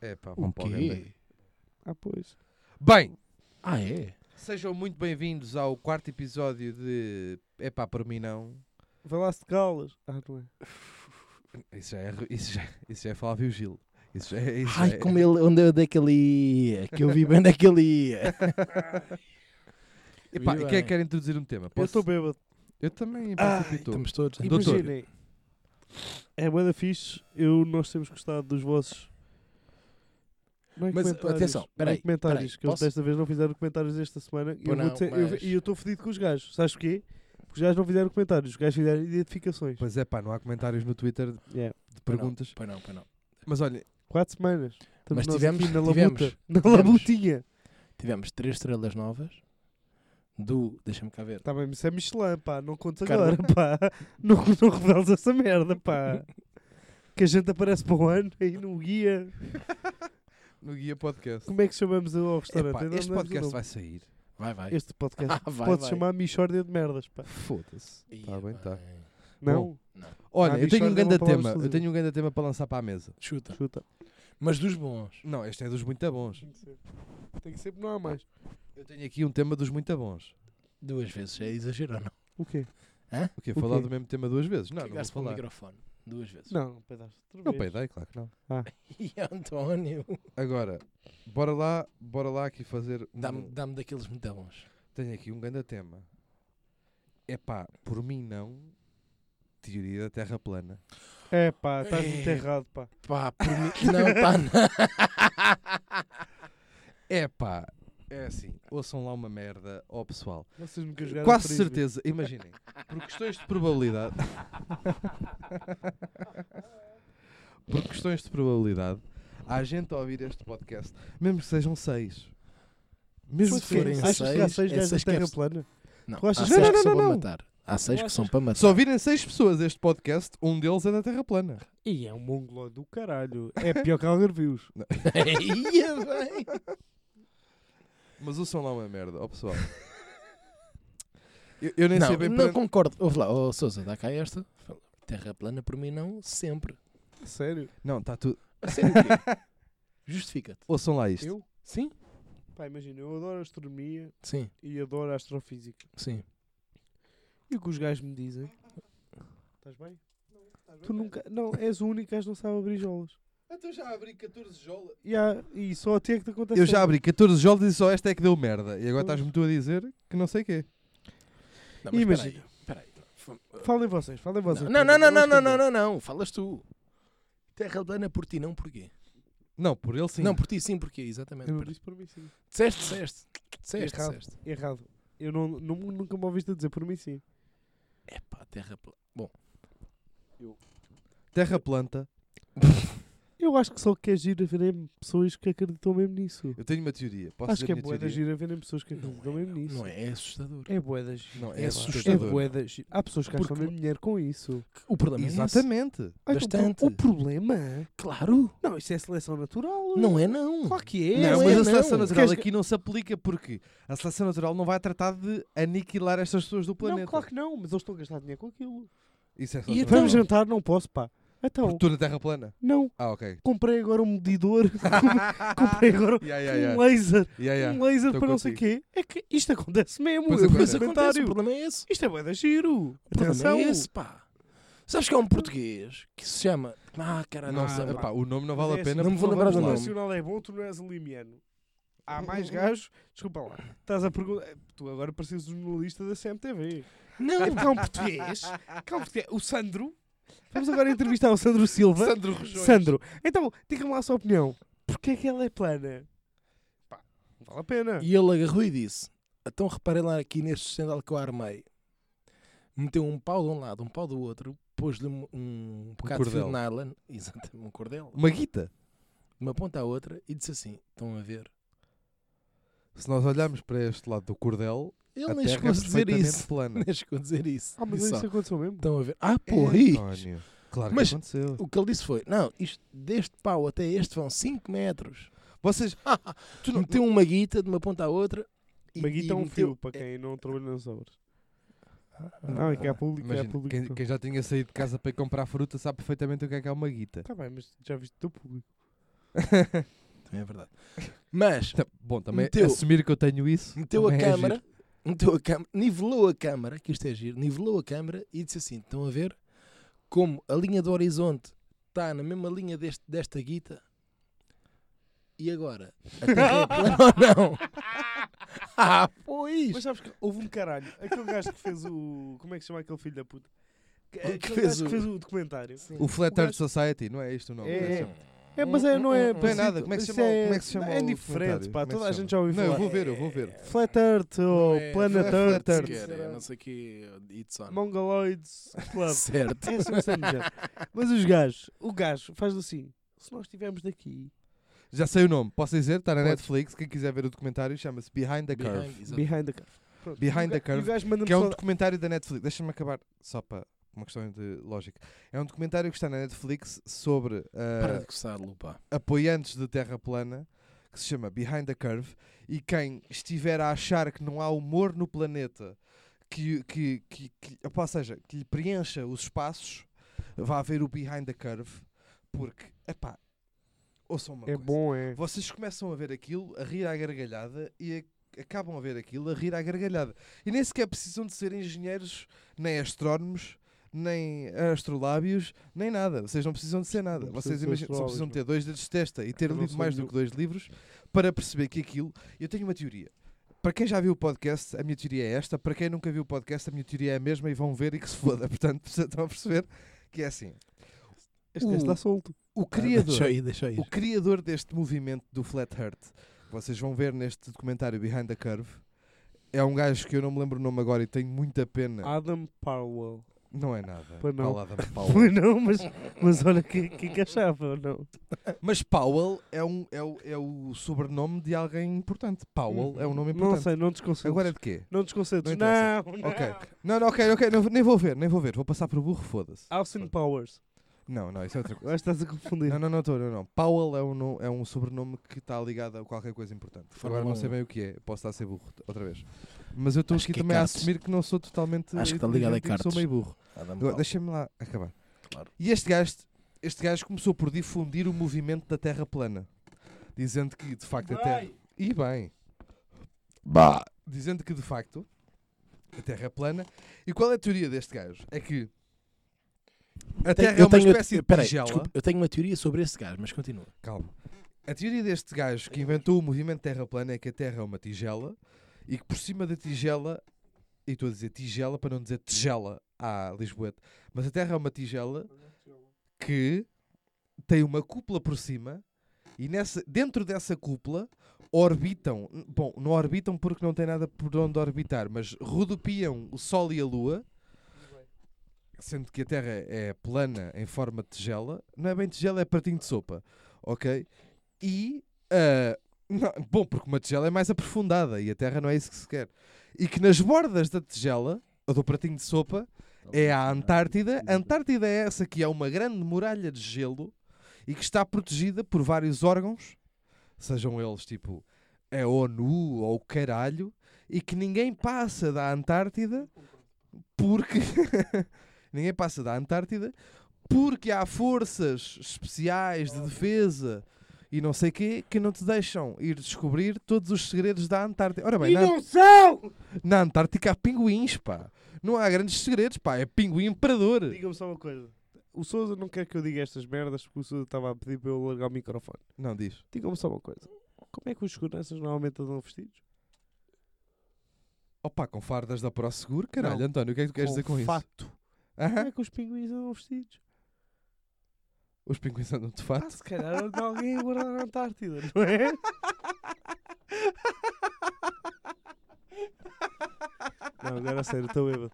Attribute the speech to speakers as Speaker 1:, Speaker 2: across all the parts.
Speaker 1: É pá,
Speaker 2: O
Speaker 1: vão para o Gandhi.
Speaker 2: quê? Ah, pois.
Speaker 1: Bem,
Speaker 2: Ah, é?
Speaker 1: sejam muito bem-vindos ao quarto episódio de É pá, por mim não.
Speaker 2: Vai lá se te calas. Ah, não é?
Speaker 1: Isso já é, Ru- isso já, isso já é Flávio Gil. Isso já é. Isso já
Speaker 2: Ai,
Speaker 1: é-
Speaker 2: como ele, onde eu daquele ia, que eu vi bem daquele eh, ia.
Speaker 1: Epá,
Speaker 2: Vi
Speaker 1: e quem é
Speaker 2: bem.
Speaker 1: que quer introduzir um tema?
Speaker 3: Eu
Speaker 1: Posso?
Speaker 3: estou bêbado.
Speaker 1: Eu também, em
Speaker 2: Ah,
Speaker 1: princípio, estou.
Speaker 2: estamos todos.
Speaker 1: Doutor.
Speaker 3: Imaginem. É boa fixe. Eu, nós temos gostado dos vossos. Não é
Speaker 2: Mas,
Speaker 3: comentários,
Speaker 2: atenção,
Speaker 3: não é
Speaker 2: peraí,
Speaker 3: comentários,
Speaker 2: peraí,
Speaker 3: que eles
Speaker 2: posso?
Speaker 3: desta vez não fizeram comentários esta semana. E
Speaker 2: Pô,
Speaker 3: eu, vou
Speaker 2: não,
Speaker 3: dizer- eu-
Speaker 2: mas-
Speaker 3: e eu estou fodido com os gajos. Sabes porquê? Porque os gajos não fizeram comentários. Os gajos fizeram identificações.
Speaker 1: Pois é, pá, não há comentários no Twitter de
Speaker 3: Yeah.
Speaker 1: perguntas.
Speaker 2: Pois não, pois não.
Speaker 1: Mas olha,
Speaker 3: Quatro semanas.
Speaker 2: Mas
Speaker 3: Estamos nós
Speaker 2: tivemos-
Speaker 3: aqui na
Speaker 2: tivemos-
Speaker 3: labuta. Na
Speaker 2: tivemos.
Speaker 3: labutinha.
Speaker 2: Tivemos três estrelas novas do. Deixa-me cá ver.
Speaker 3: Tá bem, mas isso é Michelin, pá. Não contes
Speaker 2: Carla.
Speaker 3: agora, pá. Não, não reveles essa merda, pá. que a gente aparece para o ano aí no guia.
Speaker 1: no Guia Podcast.
Speaker 3: Como é que chamamos ao restaurante?
Speaker 1: Epá,
Speaker 3: Ainda não
Speaker 1: este
Speaker 3: demos o
Speaker 1: podcast
Speaker 3: nome.
Speaker 1: vai sair.
Speaker 2: Vai, vai.
Speaker 3: Este podcast
Speaker 2: Ah, vai,
Speaker 3: pode
Speaker 2: vai.
Speaker 3: chamar Michórdia de Merdas, pá.
Speaker 1: Foda-se.
Speaker 2: Ia
Speaker 1: Tá bem, tá.
Speaker 3: Não?
Speaker 1: Olha,
Speaker 3: Ah,
Speaker 1: eu tenho um
Speaker 3: Michórdia
Speaker 1: grande
Speaker 3: é uma palavra
Speaker 1: tema. Eu
Speaker 3: exclusiva.
Speaker 1: tenho um grande tema para lançar para a mesa.
Speaker 2: Chuta.
Speaker 3: Chuta.
Speaker 2: Mas dos bons.
Speaker 1: Não, este é dos muito bons.
Speaker 3: Tem que ser. Tem que ser, porque não há mais.
Speaker 1: Eu tenho aqui um tema dos muito bons.
Speaker 2: Duas vezes. É exagero ou não?
Speaker 3: O quê?
Speaker 1: O quê?
Speaker 3: O
Speaker 1: Falar
Speaker 3: quê?
Speaker 1: do mesmo tema duas vezes? Não, não vou
Speaker 2: Cagaste para o
Speaker 1: falar.
Speaker 2: um microfone. Duas vezes.
Speaker 3: Não, não pedaço. Outra
Speaker 1: Não
Speaker 3: vez.
Speaker 1: peidei, claro que não.
Speaker 2: E António.
Speaker 1: Agora, bora lá, bora lá aqui fazer. um-
Speaker 2: Dá-me dá daqueles muito bons.
Speaker 1: Tenho aqui um grande tema. É pá, por mim não. Teoria da Terra plana.
Speaker 3: É pá, estás muito
Speaker 2: É.
Speaker 3: errado, pá.
Speaker 2: Pá, por mim. Não, pá, não.
Speaker 1: É pá, é assim. Ouçam lá uma merda, ó pessoal.
Speaker 3: Vocês nunca jogaram
Speaker 1: Quase
Speaker 3: frisbee.
Speaker 1: certeza, imaginem, por questões de probabilidade. por questões de probabilidade, há gente a ouvir este podcast, mesmo que sejam seis. Mesmo
Speaker 3: Mas
Speaker 2: Se
Speaker 1: que
Speaker 3: quê?
Speaker 2: forem
Speaker 1: sejam
Speaker 3: Achas
Speaker 1: seis.
Speaker 2: seis,
Speaker 3: que há seis
Speaker 2: é
Speaker 3: gajos
Speaker 2: seis
Speaker 3: da Terra
Speaker 2: caps-
Speaker 3: plana?
Speaker 2: Não,
Speaker 3: Tu achas-
Speaker 2: há seis
Speaker 1: Não, não,
Speaker 2: que
Speaker 1: não,
Speaker 2: são para
Speaker 1: não.
Speaker 2: matar. Há seis
Speaker 3: Tu
Speaker 2: que são
Speaker 3: achas-
Speaker 2: para matar.
Speaker 1: Se ouvirem seis pessoas este podcast, um deles é da Terra plana.
Speaker 3: E é um mongoló do caralho. É pior que Algarvios.
Speaker 2: Ia é bem.
Speaker 1: Mas o som lá é uma merda, ó pessoal. Eu, eu nem
Speaker 2: Não,
Speaker 1: sei bem
Speaker 2: não
Speaker 1: para...
Speaker 2: concordo. Ouve lá, oh, Sousa, dá cá esta. Terra plana, por mim, não, sempre.
Speaker 3: Sério?
Speaker 1: Não, está tudo.
Speaker 2: A sério, o quê? Justifica-te.
Speaker 1: Ouçam lá isto.
Speaker 3: Eu?
Speaker 2: Sim?
Speaker 3: Pá, imagina, eu adoro astronomia
Speaker 2: Sim,
Speaker 3: e adoro astrofísica.
Speaker 2: sim.
Speaker 3: E o que os gajos me dizem? Estás bem? Tu nunca. Não, és o único gajo que não sabe abrir jolas.
Speaker 1: Então já abri 14 jolas.
Speaker 3: E, há- e só a ti é que te acontece.
Speaker 1: Eu já
Speaker 3: essa.
Speaker 1: abri 14 jolas e só esta é que deu merda. E agora estás-me tu a dizer que não sei o quê.
Speaker 2: Não, mas
Speaker 3: Imagina.
Speaker 2: Peraí.
Speaker 3: Falem vocês, falem vocês.
Speaker 2: Não, não, não,
Speaker 3: Vamos
Speaker 2: não, não,
Speaker 3: terminar.
Speaker 2: não, não, não. Falas tu. Terra plana por ti, não porquê.
Speaker 1: Não, por ele sim.
Speaker 2: Não, por ti, sim, porquê. Exatamente.
Speaker 3: Eu não
Speaker 2: Perdão.
Speaker 3: disse por mim sim.
Speaker 2: Disseste, disseste. Disseste,
Speaker 3: Errado.
Speaker 2: disseste.
Speaker 3: Errado. Eu não, nu- nunca me ouviste a dizer por mim sim.
Speaker 2: É pá, terra plana.
Speaker 1: Terra planta.
Speaker 3: Eu acho que só que é giro haverem pessoas que acreditam mesmo nisso.
Speaker 1: Eu tenho uma teoria. Posso
Speaker 3: acho
Speaker 1: dizer a
Speaker 3: que é
Speaker 1: minha
Speaker 3: boa da
Speaker 1: teoria?
Speaker 3: giro haverem pessoas que
Speaker 2: Não
Speaker 3: acreditam
Speaker 2: é,
Speaker 3: mesmo nisso.
Speaker 2: Não é, é assustador.
Speaker 3: É boa da giro.
Speaker 1: Não,
Speaker 2: É
Speaker 3: É
Speaker 2: assustador.
Speaker 3: boa da giro. Há pessoas que acham
Speaker 2: Porque-
Speaker 3: mesmo dinheiro com isso.
Speaker 2: O problema é esse.
Speaker 1: Exatamente.
Speaker 3: Ah, então,
Speaker 2: Bastante.
Speaker 3: o problema.
Speaker 2: Claro.
Speaker 3: Não, isso é seleção natural.
Speaker 2: Não é não.
Speaker 3: Claro que é.
Speaker 2: Não,
Speaker 1: não, mas
Speaker 2: é,
Speaker 1: a seleção
Speaker 2: não.
Speaker 1: natural
Speaker 3: Queres que-
Speaker 1: aqui não se aplica porque a seleção natural não vai tratar de aniquilar estas pessoas
Speaker 2: é
Speaker 1: do planeta.
Speaker 3: Não, claro que não, mas eu estou a gastar dinheiro com aquilo.
Speaker 1: Isso é só
Speaker 2: E
Speaker 1: natural.
Speaker 3: Vamos jantar, não posso, pá. Então,
Speaker 1: Porque tu na Terra plana.
Speaker 3: não.
Speaker 1: Ah, ok.
Speaker 3: Comprei agora um medidor, comprei agora
Speaker 1: Yeah, yeah, yeah.
Speaker 3: um laser,
Speaker 1: Yeah, yeah.
Speaker 3: um laser
Speaker 1: Estou
Speaker 3: para não sei o quê. É que isto acontece mesmo.
Speaker 1: Pois
Speaker 3: eu vi
Speaker 1: acontece.
Speaker 3: um
Speaker 2: Mas acontece, o
Speaker 3: comentário. Então,
Speaker 2: problema é esse.
Speaker 3: Isto é bué da giro.
Speaker 2: O problema
Speaker 3: Atenção.
Speaker 2: é esse, pá. Sabes que há um português que se chama. Ah, cara, não,
Speaker 1: Não,
Speaker 2: sei.
Speaker 1: epá, o nome não vale
Speaker 3: Mas é
Speaker 1: a pena.
Speaker 2: assim, não me
Speaker 1: porque
Speaker 2: vou lembrar
Speaker 1: vamos
Speaker 2: do
Speaker 1: lá.
Speaker 3: O
Speaker 2: nome.
Speaker 3: nacional é bom, tu não és limiano. Há mais gajos. Desculpa lá. Estás a perguntar. Tu agora pareces um jornalista da CMTV.
Speaker 2: Não,
Speaker 3: É porque há um português. que é um português- O Sandro. Vamos agora entrevistar o Sandro Silva.
Speaker 1: Sandro Rojões.
Speaker 3: Sandro, então, diga-me lá a sua opinião. Porquê é que ela é plana? Pá, não vale a pena.
Speaker 2: E ele agarrou e disse: Então reparem lá aqui neste sandal que eu armei. Meteu um pau de um lado, um pau do outro, pôs-lhe um, um bocado de fio de
Speaker 1: cordel.
Speaker 2: nylon, exatamente, um cordel,
Speaker 1: Uma guita.
Speaker 2: de uma ponta à outra, e disse assim: Estão a ver?
Speaker 1: Se nós olharmos para este lado do cordel,
Speaker 2: Ele
Speaker 1: a
Speaker 2: nem
Speaker 1: Terra
Speaker 2: chegou
Speaker 1: é
Speaker 2: a dizer
Speaker 1: perfeitamente
Speaker 2: isso.
Speaker 1: plana.
Speaker 2: Nem chegou a dizer isso.
Speaker 3: Ah, mas
Speaker 2: Disse
Speaker 3: isso
Speaker 2: só,
Speaker 3: aconteceu mesmo.
Speaker 2: Estão a ver? Ah, pois!
Speaker 1: É, António, Claro
Speaker 2: Mas-
Speaker 1: que aconteceu.
Speaker 2: O que ele disse foi: Não, isto, deste pau até este vão 5 metros.
Speaker 1: Vocês,
Speaker 2: Tu não, meteu uma guita de uma ponta à outra. e-
Speaker 3: Uma guita é
Speaker 2: e
Speaker 3: um
Speaker 2: meteu-
Speaker 3: fio, para quem não trabalha nas obras.
Speaker 2: Ah,
Speaker 3: Não, é que é público, é
Speaker 1: imagina,
Speaker 3: público.
Speaker 1: quem, quem já tinha saído de casa para ir comprar fruta sabe perfeitamente o que é que é uma guita.
Speaker 3: Tá bem, mas já viste do público.
Speaker 2: também é verdade. Mas
Speaker 1: Tá- Bom, também
Speaker 2: Meteu-
Speaker 1: assumir que eu tenho isso.
Speaker 2: meteu a
Speaker 1: também é
Speaker 2: câmara,
Speaker 1: giro.
Speaker 2: meteu a câmara, nivelou a câmara, que isto é giro, nivelou a câmara e disse assim: estão a ver como a linha do horizonte está na mesma linha deste, desta guita e agora? A terra é plana ou não? ah, pois!
Speaker 3: Mas sabes que houve um caralho. Aquele gajo que fez o. Como é que se chama aquele filho da puta? Que-
Speaker 2: que
Speaker 3: Aquele
Speaker 2: fez
Speaker 3: gajo
Speaker 2: o-
Speaker 3: que fez o documentário.
Speaker 1: O Flat
Speaker 3: O gajo-
Speaker 1: Earth Society, não é isto, não.
Speaker 3: É,
Speaker 1: Como que se
Speaker 3: é.
Speaker 1: chama?
Speaker 3: É, mas é, não é.
Speaker 1: Não é nada. Como é que se chama,
Speaker 3: Isso
Speaker 1: como é que se chama
Speaker 3: É
Speaker 1: o
Speaker 3: diferente,
Speaker 1: documentário?
Speaker 3: pá.
Speaker 1: Como é que
Speaker 3: Toda a
Speaker 1: se
Speaker 3: gente já
Speaker 1: chama?
Speaker 3: ouviu
Speaker 1: Não, eu
Speaker 3: falar. É.
Speaker 1: vou ver, eu vou ver.
Speaker 3: Flat Earth ou
Speaker 1: é
Speaker 3: Planet Earth.
Speaker 2: é Não sei o que, it's on.
Speaker 3: Mongoloids Club.
Speaker 2: Certo.
Speaker 3: É assim, assim, já. Mas os gajos, o gajo faz assim. Se nós estivermos daqui,
Speaker 1: Já sei o nome, posso dizer, está na
Speaker 3: Podes.
Speaker 1: Netflix. Quem quiser ver o documentário chama-se Behind the Curve.
Speaker 2: Behind, exato.
Speaker 3: behind the curve. Pronto.
Speaker 1: Behind
Speaker 3: E o
Speaker 1: the
Speaker 3: ga-
Speaker 1: curve,
Speaker 3: e o gajo manda-me
Speaker 1: Que é um
Speaker 3: só-
Speaker 1: documentário da Netflix. Deixa-me acabar, só para uma questão de lógica. É um documentário que está na Netflix sobre ah,
Speaker 2: Para de coçar, Lupa.
Speaker 1: apoiantes de Terra Plana, que se chama Behind the Curve, e quem estiver a achar que não há humor no planeta que, que, que, que- opá, ou seja, que lhe preencha os espaços, vá ver o Behind the Curve, porque, epá, ouçam uma
Speaker 3: É
Speaker 1: coisa.
Speaker 3: bom, é.
Speaker 1: Vocês começam a ver aquilo, a rir à gargalhada e a- acabam a ver aquilo, a rir à gargalhada. E nem sequer precisam de ser engenheiros, nem astrónomos, nem astrolábios, nem nada. Vocês não precisam de ser nada.
Speaker 3: Não precisam
Speaker 1: Vocês
Speaker 3: ser
Speaker 1: imaginam, só
Speaker 3: astrolábios,
Speaker 1: precisam
Speaker 3: não.
Speaker 1: ter dois dedos de testa e ter
Speaker 3: Eu não
Speaker 1: lido
Speaker 3: sou
Speaker 1: mais do
Speaker 3: nenhum.
Speaker 1: que dois livros para perceber que aquilo. Eu tenho uma teoria. Para quem já viu o podcast, a minha teoria é esta. Para quem nunca viu o podcast, a minha teoria é a mesma e vão ver e que se foda. Portanto, estão a perceber que é assim.
Speaker 3: Este
Speaker 1: O-
Speaker 3: gajo está solto.
Speaker 1: O
Speaker 2: Ah,
Speaker 1: criador.
Speaker 2: Deixa eu ir, deixa eu ir.
Speaker 1: O criador deste movimento do Flat Earth, que vocês vão ver neste documentário Behind the Curve, é um gajo que eu não me lembro o nome agora e tenho muita pena.
Speaker 3: Adam Parwell.
Speaker 1: Não é nada.
Speaker 3: Ah, Pois não.
Speaker 1: Olá, Adam
Speaker 3: Pois
Speaker 1: Powell.
Speaker 3: não, mas, mas olha que, que encaixava, ou não?
Speaker 1: Mas Powell é, um, é, o, é o sobrenome de alguém importante. Powell é um nome
Speaker 3: Hum, Não
Speaker 1: importante.
Speaker 3: sei, não desconcedes.
Speaker 1: Agora é de quê?
Speaker 3: Não desconcedes.
Speaker 1: Não
Speaker 3: Não,
Speaker 1: interessa.
Speaker 3: não.
Speaker 1: Ok. Não, não, ok, ok, não- nem vou ver, nem vou ver. Vou passar por burro, foda-se.
Speaker 3: Austin Powers.
Speaker 1: Não, não, isso é outra
Speaker 3: Acho que
Speaker 1: coisa.
Speaker 3: estás a confundir.
Speaker 1: Não, não, não estou, não, não. Powell é um, no- é um sobrenome que está ligado a qualquer coisa importante.
Speaker 2: Fórmula
Speaker 1: Agora não sei
Speaker 2: 1.
Speaker 1: bem o que é, posso estar a ser burro t- outra vez. Mas eu estou
Speaker 2: Acho
Speaker 1: aqui
Speaker 2: que é
Speaker 1: também a
Speaker 2: cartas.
Speaker 1: assumir que não sou totalmente.
Speaker 2: Acho que está ligado
Speaker 1: inteligente
Speaker 2: a
Speaker 1: e que Sou
Speaker 2: cartas.
Speaker 1: meio burro.
Speaker 2: Adam
Speaker 1: Agora,
Speaker 2: Paulo.
Speaker 1: Deixa-me lá acabar.
Speaker 2: Claro.
Speaker 1: E este gajo, este gajo começou por difundir o movimento da Terra plana, dizendo que de facto a Terra. E bem. Dizendo que de facto a Terra é plana. E qual é a teoria deste gajo? É que a Terra é uma espécie de
Speaker 2: peraí,
Speaker 1: tigela.
Speaker 2: desculpa, eu tenho uma teoria sobre esse gajo, mas continua.
Speaker 1: Calma. A teoria deste gajo que inventou o movimento Terra plana é que a Terra é uma tigela e que por cima da tigela, e estou a dizer tigela para não dizer tigela à Lisboeta, mas a Terra é uma tigela que tem uma cúpula por cima e nessa, dentro dessa cúpula orbitam, bom, não orbitam porque não tem nada por onde orbitar, mas rodopiam o Sol e a Lua, sendo que a Terra é plana em forma de tigela, não é bem tigela, é pratinho de sopa, ok? E, ah, não- bom, porque uma tigela é mais aprofundada e a Terra não é isso que se quer. E que nas bordas da tigela, ou do pratinho de sopa, é a Antártida. A Antártida é essa que é uma grande muralha de gelo e que está protegida por vários órgãos, sejam eles tipo a ONU ou o caralho, e que ninguém passa da Antártida porque. ninguém passa da Antártida porque há forças especiais de defesa. E não sei quê, que não te deixam ir descobrir todos os segredos da Antártida. Ora bem,
Speaker 3: E
Speaker 1: na-
Speaker 3: não são!
Speaker 1: na Antártica há pinguins, pá. Não há grandes segredos, pá. É pinguim imperador.
Speaker 3: Diga-me só uma coisa. O Souza não quer que eu diga estas merdas porque o Souza estava a pedir para eu largar o microfone.
Speaker 1: Não diz.
Speaker 3: Diga-me só uma coisa. Como é que os seguranças normalmente andam vestidos?
Speaker 1: Opa, com fardas da ProSeguro, caralho,
Speaker 3: Não.
Speaker 1: António, o que é que tu queres dizer com isso?
Speaker 3: fato. Como
Speaker 1: Aham.
Speaker 3: é que os pinguins andam vestidos?
Speaker 1: Os pinguins andam de
Speaker 3: Ah,
Speaker 1: fato.
Speaker 3: se calhar anda alguém a guardar a Antártida, não é? Não, agora a sério, estou bêbado.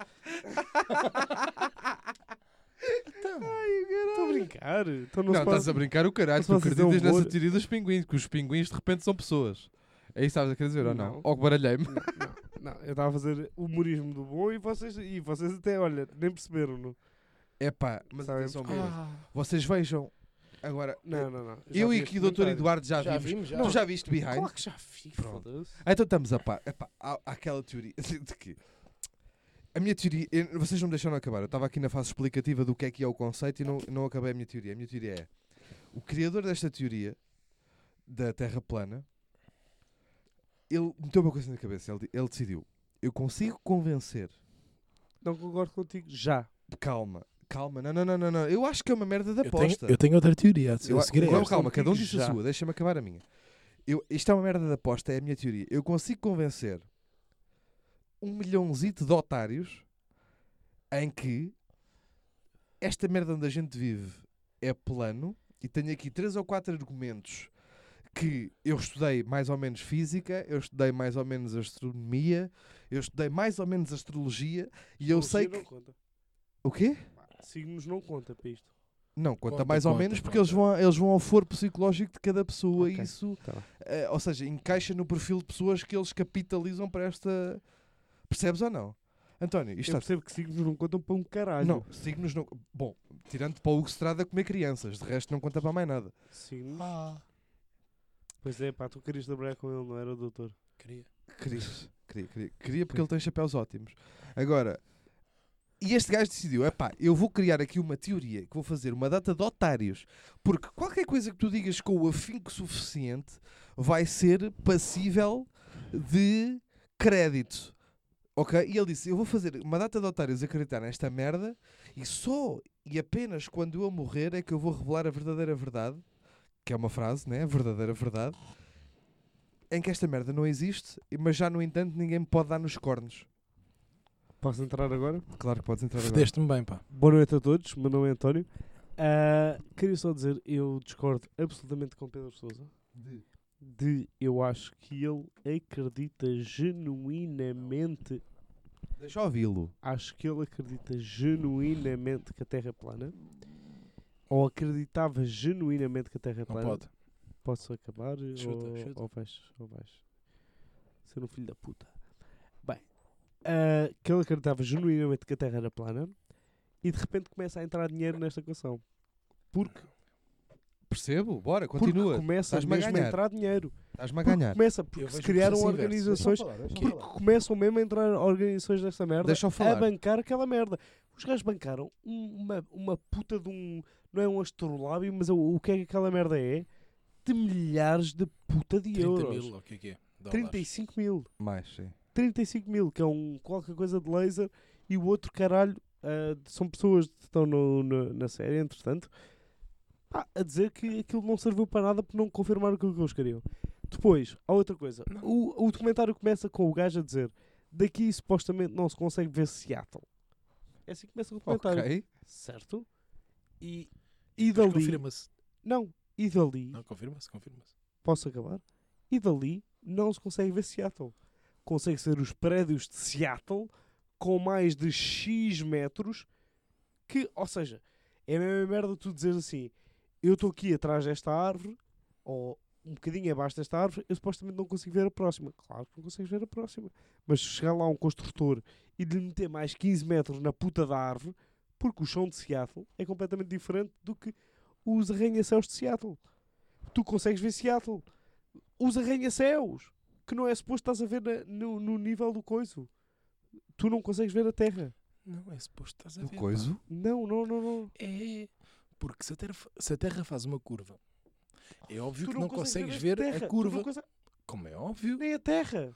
Speaker 3: Então. Estou a brincar. Então não,
Speaker 1: Não,
Speaker 3: se pode-
Speaker 1: estás a brincar o caralho.
Speaker 3: não se
Speaker 1: Tu
Speaker 3: pode dizer
Speaker 1: acreditas
Speaker 3: humor.
Speaker 1: nessa teoria dos pinguins, que os pinguins de repente são pessoas. É isso que estavas a querer dizer ou não?
Speaker 3: Não.
Speaker 1: Ou que baralhei-me.
Speaker 3: Não, eu estava a fazer humorismo do bom e vocês, e vocês até, olha, nem perceberam. Não,
Speaker 1: É pá, mas
Speaker 3: Sabem
Speaker 1: atenção,
Speaker 3: porquê.
Speaker 1: mesmo. Vocês vejam. Agora,
Speaker 3: não, não. não.
Speaker 1: eu e aqui o Dr. Eduardo já,
Speaker 2: Já
Speaker 1: vimos.
Speaker 2: vimos, já.
Speaker 1: Tu já viste Behind?
Speaker 3: Claro que já vi,
Speaker 1: Pronto.
Speaker 3: foda-se.
Speaker 1: Ah, Então estamos a par. Epá, há, há aquela teoria de que. A minha teoria. eu- vocês não me deixaram acabar. Eu estava aqui na fase explicativa do que é que é o conceito e não, não acabei a minha teoria. A minha teoria é. O criador desta teoria da Terra plana, ele meteu uma coisa na cabeça. Ele, di- ele decidiu: eu consigo convencer.
Speaker 3: Não concordo contigo. Já.
Speaker 1: Calma, calma, não, não, não, não. não. Eu acho que é uma merda de
Speaker 2: Eu tenho,
Speaker 1: aposta.
Speaker 2: eu tenho outra teoria. A
Speaker 1: Eu-
Speaker 2: eu seguir a
Speaker 1: calma,
Speaker 2: esta.
Speaker 1: calma, cada um
Speaker 3: Contigo
Speaker 1: disse a
Speaker 3: já.
Speaker 1: sua, deixa-me acabar a minha. Eu, isto é uma merda de aposta, é a minha teoria. Eu consigo convencer um milhãozito de otários em que esta merda onde a gente vive é plano e tenho aqui três ou quatro argumentos que eu estudei mais ou menos física, eu estudei mais ou menos astronomia, eu estudei mais ou menos astrologia e eu
Speaker 3: Não,
Speaker 1: sei
Speaker 3: sim,
Speaker 1: que...
Speaker 3: Não conta.
Speaker 1: O quê?
Speaker 3: Signos não conta para isto.
Speaker 1: Não, conta,
Speaker 2: Conta,
Speaker 1: mais ou
Speaker 2: conta,
Speaker 1: menos porque
Speaker 2: conta.
Speaker 1: Eles, vão, a- eles vão ao foro psicológico de cada pessoa e
Speaker 3: Ok.
Speaker 1: isso
Speaker 3: Tá bem.
Speaker 1: eh, ou seja, encaixa no perfil de pessoas que eles capitalizam para esta. Percebes ou não? António, isto está.
Speaker 3: Eu percebo que signos não contam para um caralho.
Speaker 1: Não, signos não. Bom, tirando para o Hugo Estrada comer crianças, de resto não conta para mais nada.
Speaker 3: Signos.
Speaker 2: Ah,
Speaker 3: Pois é, pá, tu querias trabalhar com ele, não era, doutor?
Speaker 2: queria.
Speaker 1: Queria, queria, queria, queria porque ele tem chapéus ótimos. Agora, e este gajo decidiu: é pá, eu vou criar aqui uma teoria que vou fazer uma data de otários, porque qualquer coisa que tu digas com o afinco suficiente vai ser passível de crédito. Ok? E ele disse: eu vou fazer uma data de otários acreditar nesta merda e só e apenas quando eu morrer é que eu vou revelar a verdadeira verdade, que é uma frase, né? A verdadeira verdade em que esta merda não existe, mas já no entanto ninguém me pode dar nos cornos.
Speaker 3: Posso entrar agora?
Speaker 1: Claro que podes entrar agora.
Speaker 2: Fudeste-me bem, pá.
Speaker 3: Boa noite a todos, meu nome é António. Ah, queria só dizer, eu discordo absolutamente com Pedro Sousa. De? eu acho que ele acredita genuinamente,
Speaker 1: Deixa ouvi-lo.
Speaker 3: acho que ele acredita genuinamente que a Terra é plana. Ou acreditava genuinamente que a Terra é
Speaker 2: Não
Speaker 3: plana.
Speaker 2: pode.
Speaker 3: Posso acabar?
Speaker 2: Chuta,
Speaker 3: ou,
Speaker 2: chuta.
Speaker 3: ou vais? Ou vais? Ser um filho da puta. Bem, ah, que ele acreditava genuinamente que a Terra era plana e de repente começa a entrar dinheiro nesta equação. Porque,
Speaker 1: Percebo? Bora,
Speaker 3: porque
Speaker 1: continua.
Speaker 3: começa
Speaker 1: Estás-me a
Speaker 3: mesmo a,
Speaker 1: ganhar.
Speaker 3: entrar dinheiro.
Speaker 1: Estás-me a
Speaker 3: Porque
Speaker 1: ganhar.
Speaker 3: Começa, porque
Speaker 2: Eu
Speaker 3: se
Speaker 2: vejo
Speaker 3: criaram
Speaker 2: processo inverso,
Speaker 3: organizações.
Speaker 2: deixa-me
Speaker 3: Porque começam mesmo a entrar organizações desta merda
Speaker 1: Deixa eu
Speaker 3: a
Speaker 1: falar.
Speaker 3: bancar aquela merda. Os gajos bancaram um- uma, uma puta de um. Não é um astrolábio, mas é o, o que é que aquela merda é? De milhares de puta de
Speaker 2: 30
Speaker 3: euros.
Speaker 2: mil, ou o que é que é? Dólares.
Speaker 3: 35 mil.
Speaker 1: Mais, sim.
Speaker 3: 35 mil, que é um qualquer coisa de laser, e o outro caralho ah, são pessoas que estão no- no- na série, entretanto, pá, a dizer que aquilo não serviu para nada por não confirmar o que eles queriam. Depois, há outra coisa. O, o documentário começa com o gajo a dizer: daqui supostamente não se consegue ver Seattle. É assim que começa o documentário.
Speaker 1: Ok.
Speaker 3: Certo? E, e
Speaker 2: Mas
Speaker 3: dali.
Speaker 2: Confirma-se.
Speaker 3: Não, e dali
Speaker 2: Não, confirma-se, confirma-se.
Speaker 3: posso acabar? E dali não se consegue ver Seattle. Consegue ser os prédios de Seattle com mais de X metros que, ou seja, é a mesma merda tu dizeres assim, eu estou aqui atrás desta árvore, ou um bocadinho abaixo desta árvore, eu supostamente não consigo ver a próxima. Claro que não consegues ver a próxima. Mas se chegar lá um construtor e lhe meter mais 15 metros na puta da árvore, porque o chão de Seattle é completamente diferente do que os arranha-céus de Seattle. Tu consegues ver Seattle. Os arranha-céus, que não é suposto estás a ver na- no, no nível do coiso. Tu não consegues ver a Terra.
Speaker 2: Não, é suposto estás a
Speaker 1: Do
Speaker 2: ver. pá.
Speaker 1: coiso?
Speaker 3: Não, não, não, não.
Speaker 2: É, é. porque se a, terra, fa- se a Terra faz uma curva, é óbvio
Speaker 3: tu
Speaker 2: que não consegues ver
Speaker 3: terra. Tu
Speaker 2: a
Speaker 3: não
Speaker 2: curva.
Speaker 3: conse-
Speaker 2: Como é óbvio,
Speaker 3: nem a terra.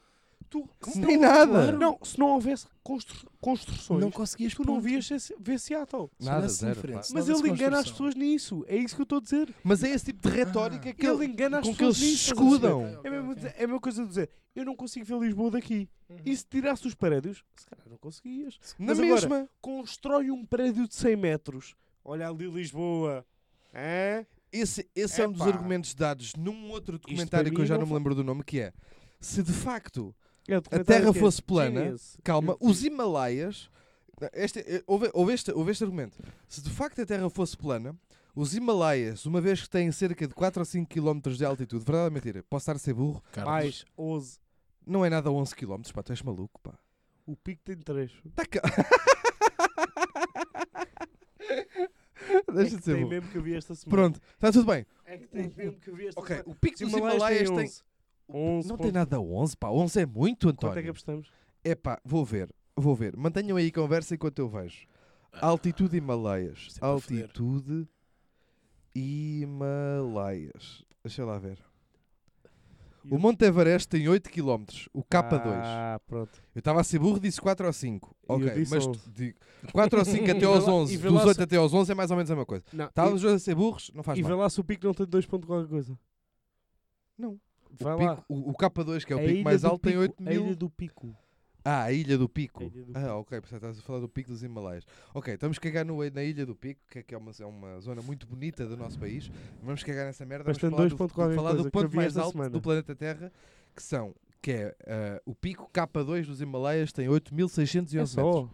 Speaker 3: Tu,
Speaker 2: Como? é
Speaker 3: se
Speaker 1: Nem
Speaker 3: não-
Speaker 1: nada.
Speaker 3: Não, se não houvesse constru- construções,
Speaker 2: não conseguias
Speaker 3: tu não
Speaker 2: ponto.
Speaker 3: vias se- ver Seattle.
Speaker 2: Se
Speaker 1: Nada,
Speaker 2: houvesse
Speaker 1: zero,
Speaker 2: diferença,
Speaker 1: pá.
Speaker 2: se
Speaker 3: Mas
Speaker 2: houvesse
Speaker 3: ele engana as
Speaker 2: construção.
Speaker 3: pessoas nisso. É isso que eu estou a dizer.
Speaker 1: Mas é esse tipo de retórica que
Speaker 3: Ele
Speaker 1: ele.
Speaker 3: engana as
Speaker 1: com que
Speaker 3: pessoas
Speaker 1: eles
Speaker 3: nisso, estás a
Speaker 1: escudam.
Speaker 3: perceber? É, mesmo dizer- é a mesma coisa de dizer, eu não consigo ver Lisboa daqui.
Speaker 2: Uhum.
Speaker 3: E se tirasse os prédios, se calhar não conseguias.
Speaker 1: Na
Speaker 3: Mas agora-
Speaker 1: mesma.
Speaker 3: Constrói um prédio de 100 metros. Olha ali Lisboa. É?
Speaker 1: Esse, esse é um dos
Speaker 3: Epá.
Speaker 1: argumentos dados num outro
Speaker 3: para
Speaker 1: documentário que eu
Speaker 3: mim
Speaker 1: já
Speaker 3: não
Speaker 1: não me
Speaker 3: fa-
Speaker 1: lembro do nome, que é. Se de facto
Speaker 3: É, o
Speaker 1: a
Speaker 3: documentário
Speaker 1: Terra
Speaker 3: que é
Speaker 1: fosse plana,
Speaker 3: Genius.
Speaker 1: Calma, os Himalaias. Este, eh, houve, houve este, houve este argumento. Se de facto a Terra fosse plana, os Himalaias, uma vez que têm cerca de 4 ou 5 km de altitude, verdade ou mentira? Posso estar a ser burro?
Speaker 2: Carlos,
Speaker 3: Mais 11.
Speaker 1: Não é nada 11 km, pá, tu és maluco, pá.
Speaker 3: O pico tem 3.
Speaker 1: Tá cá. Deixa de ser
Speaker 3: tem
Speaker 1: burro.
Speaker 3: mesmo que eu vi esta semana.
Speaker 1: Pronto, está tudo bem.
Speaker 3: É que tem mesmo que eu vi esta
Speaker 1: Ok,
Speaker 3: semana.
Speaker 1: o pico
Speaker 3: Os
Speaker 1: dos Himalaias tem.
Speaker 3: 11. 11
Speaker 1: Não
Speaker 3: ponto-
Speaker 1: tem nada 11, pá. 11 é muito,
Speaker 3: Quanto é que
Speaker 1: António.
Speaker 3: apostamos?
Speaker 1: É pá, vou ver, vou ver. Mantenham aí a conversa enquanto eu vejo. Altitude Himalaias.
Speaker 2: Isto Ah, é para foder.
Speaker 1: Altitude Himalaias. Deixa lá ver. O Monte Everest tem 8 km, o K2.
Speaker 3: Ah, pronto.
Speaker 1: Eu estava a ser burro, disse 4 ou 5.
Speaker 3: E eu
Speaker 1: Ok,
Speaker 3: disse
Speaker 1: mas
Speaker 3: 11.
Speaker 1: digo, 4 ou 5 até
Speaker 3: E
Speaker 1: aos
Speaker 3: vê lá- e
Speaker 1: 11,
Speaker 3: vê
Speaker 1: dos
Speaker 3: lá
Speaker 1: 8
Speaker 3: se-
Speaker 1: até aos 11 é mais ou menos a mesma coisa.
Speaker 3: Não,
Speaker 1: Estávamos dois a ser burros, não faz
Speaker 3: e, e vê
Speaker 1: mal.
Speaker 3: lá se o pico não tem 2 pontos qualquer coisa.
Speaker 1: Não.
Speaker 3: Vai
Speaker 1: o,
Speaker 3: lá.
Speaker 1: pico, o, o K2, que é o
Speaker 3: A
Speaker 1: pico
Speaker 3: ilha
Speaker 1: mais
Speaker 3: do
Speaker 1: alto, tem
Speaker 3: Pico,
Speaker 1: 8
Speaker 3: A ilha
Speaker 1: mil.
Speaker 3: do pico.
Speaker 1: Ah, a Ilha do Pico.
Speaker 3: A Ilha do
Speaker 1: Ah, ok, portanto estás a falar do Pico dos Himalaias. Ok, estamos a cagar no, na Ilha do Pico, que é, que é uma, é uma zona muito bonita do nosso país. Vamos cagar nessa merda.
Speaker 3: Mas tem
Speaker 1: vamos falar,
Speaker 3: dois
Speaker 1: do,
Speaker 3: ponto
Speaker 1: vamos
Speaker 3: qualquer
Speaker 1: falar do
Speaker 3: coisa que eu
Speaker 1: ponto
Speaker 3: vi
Speaker 1: mais
Speaker 3: esta
Speaker 1: alto
Speaker 3: semana.
Speaker 1: do planeta Terra, que são, que é ah, o Pico K2 dos Himalaias, tem 8.611
Speaker 3: É
Speaker 1: metros.
Speaker 3: só.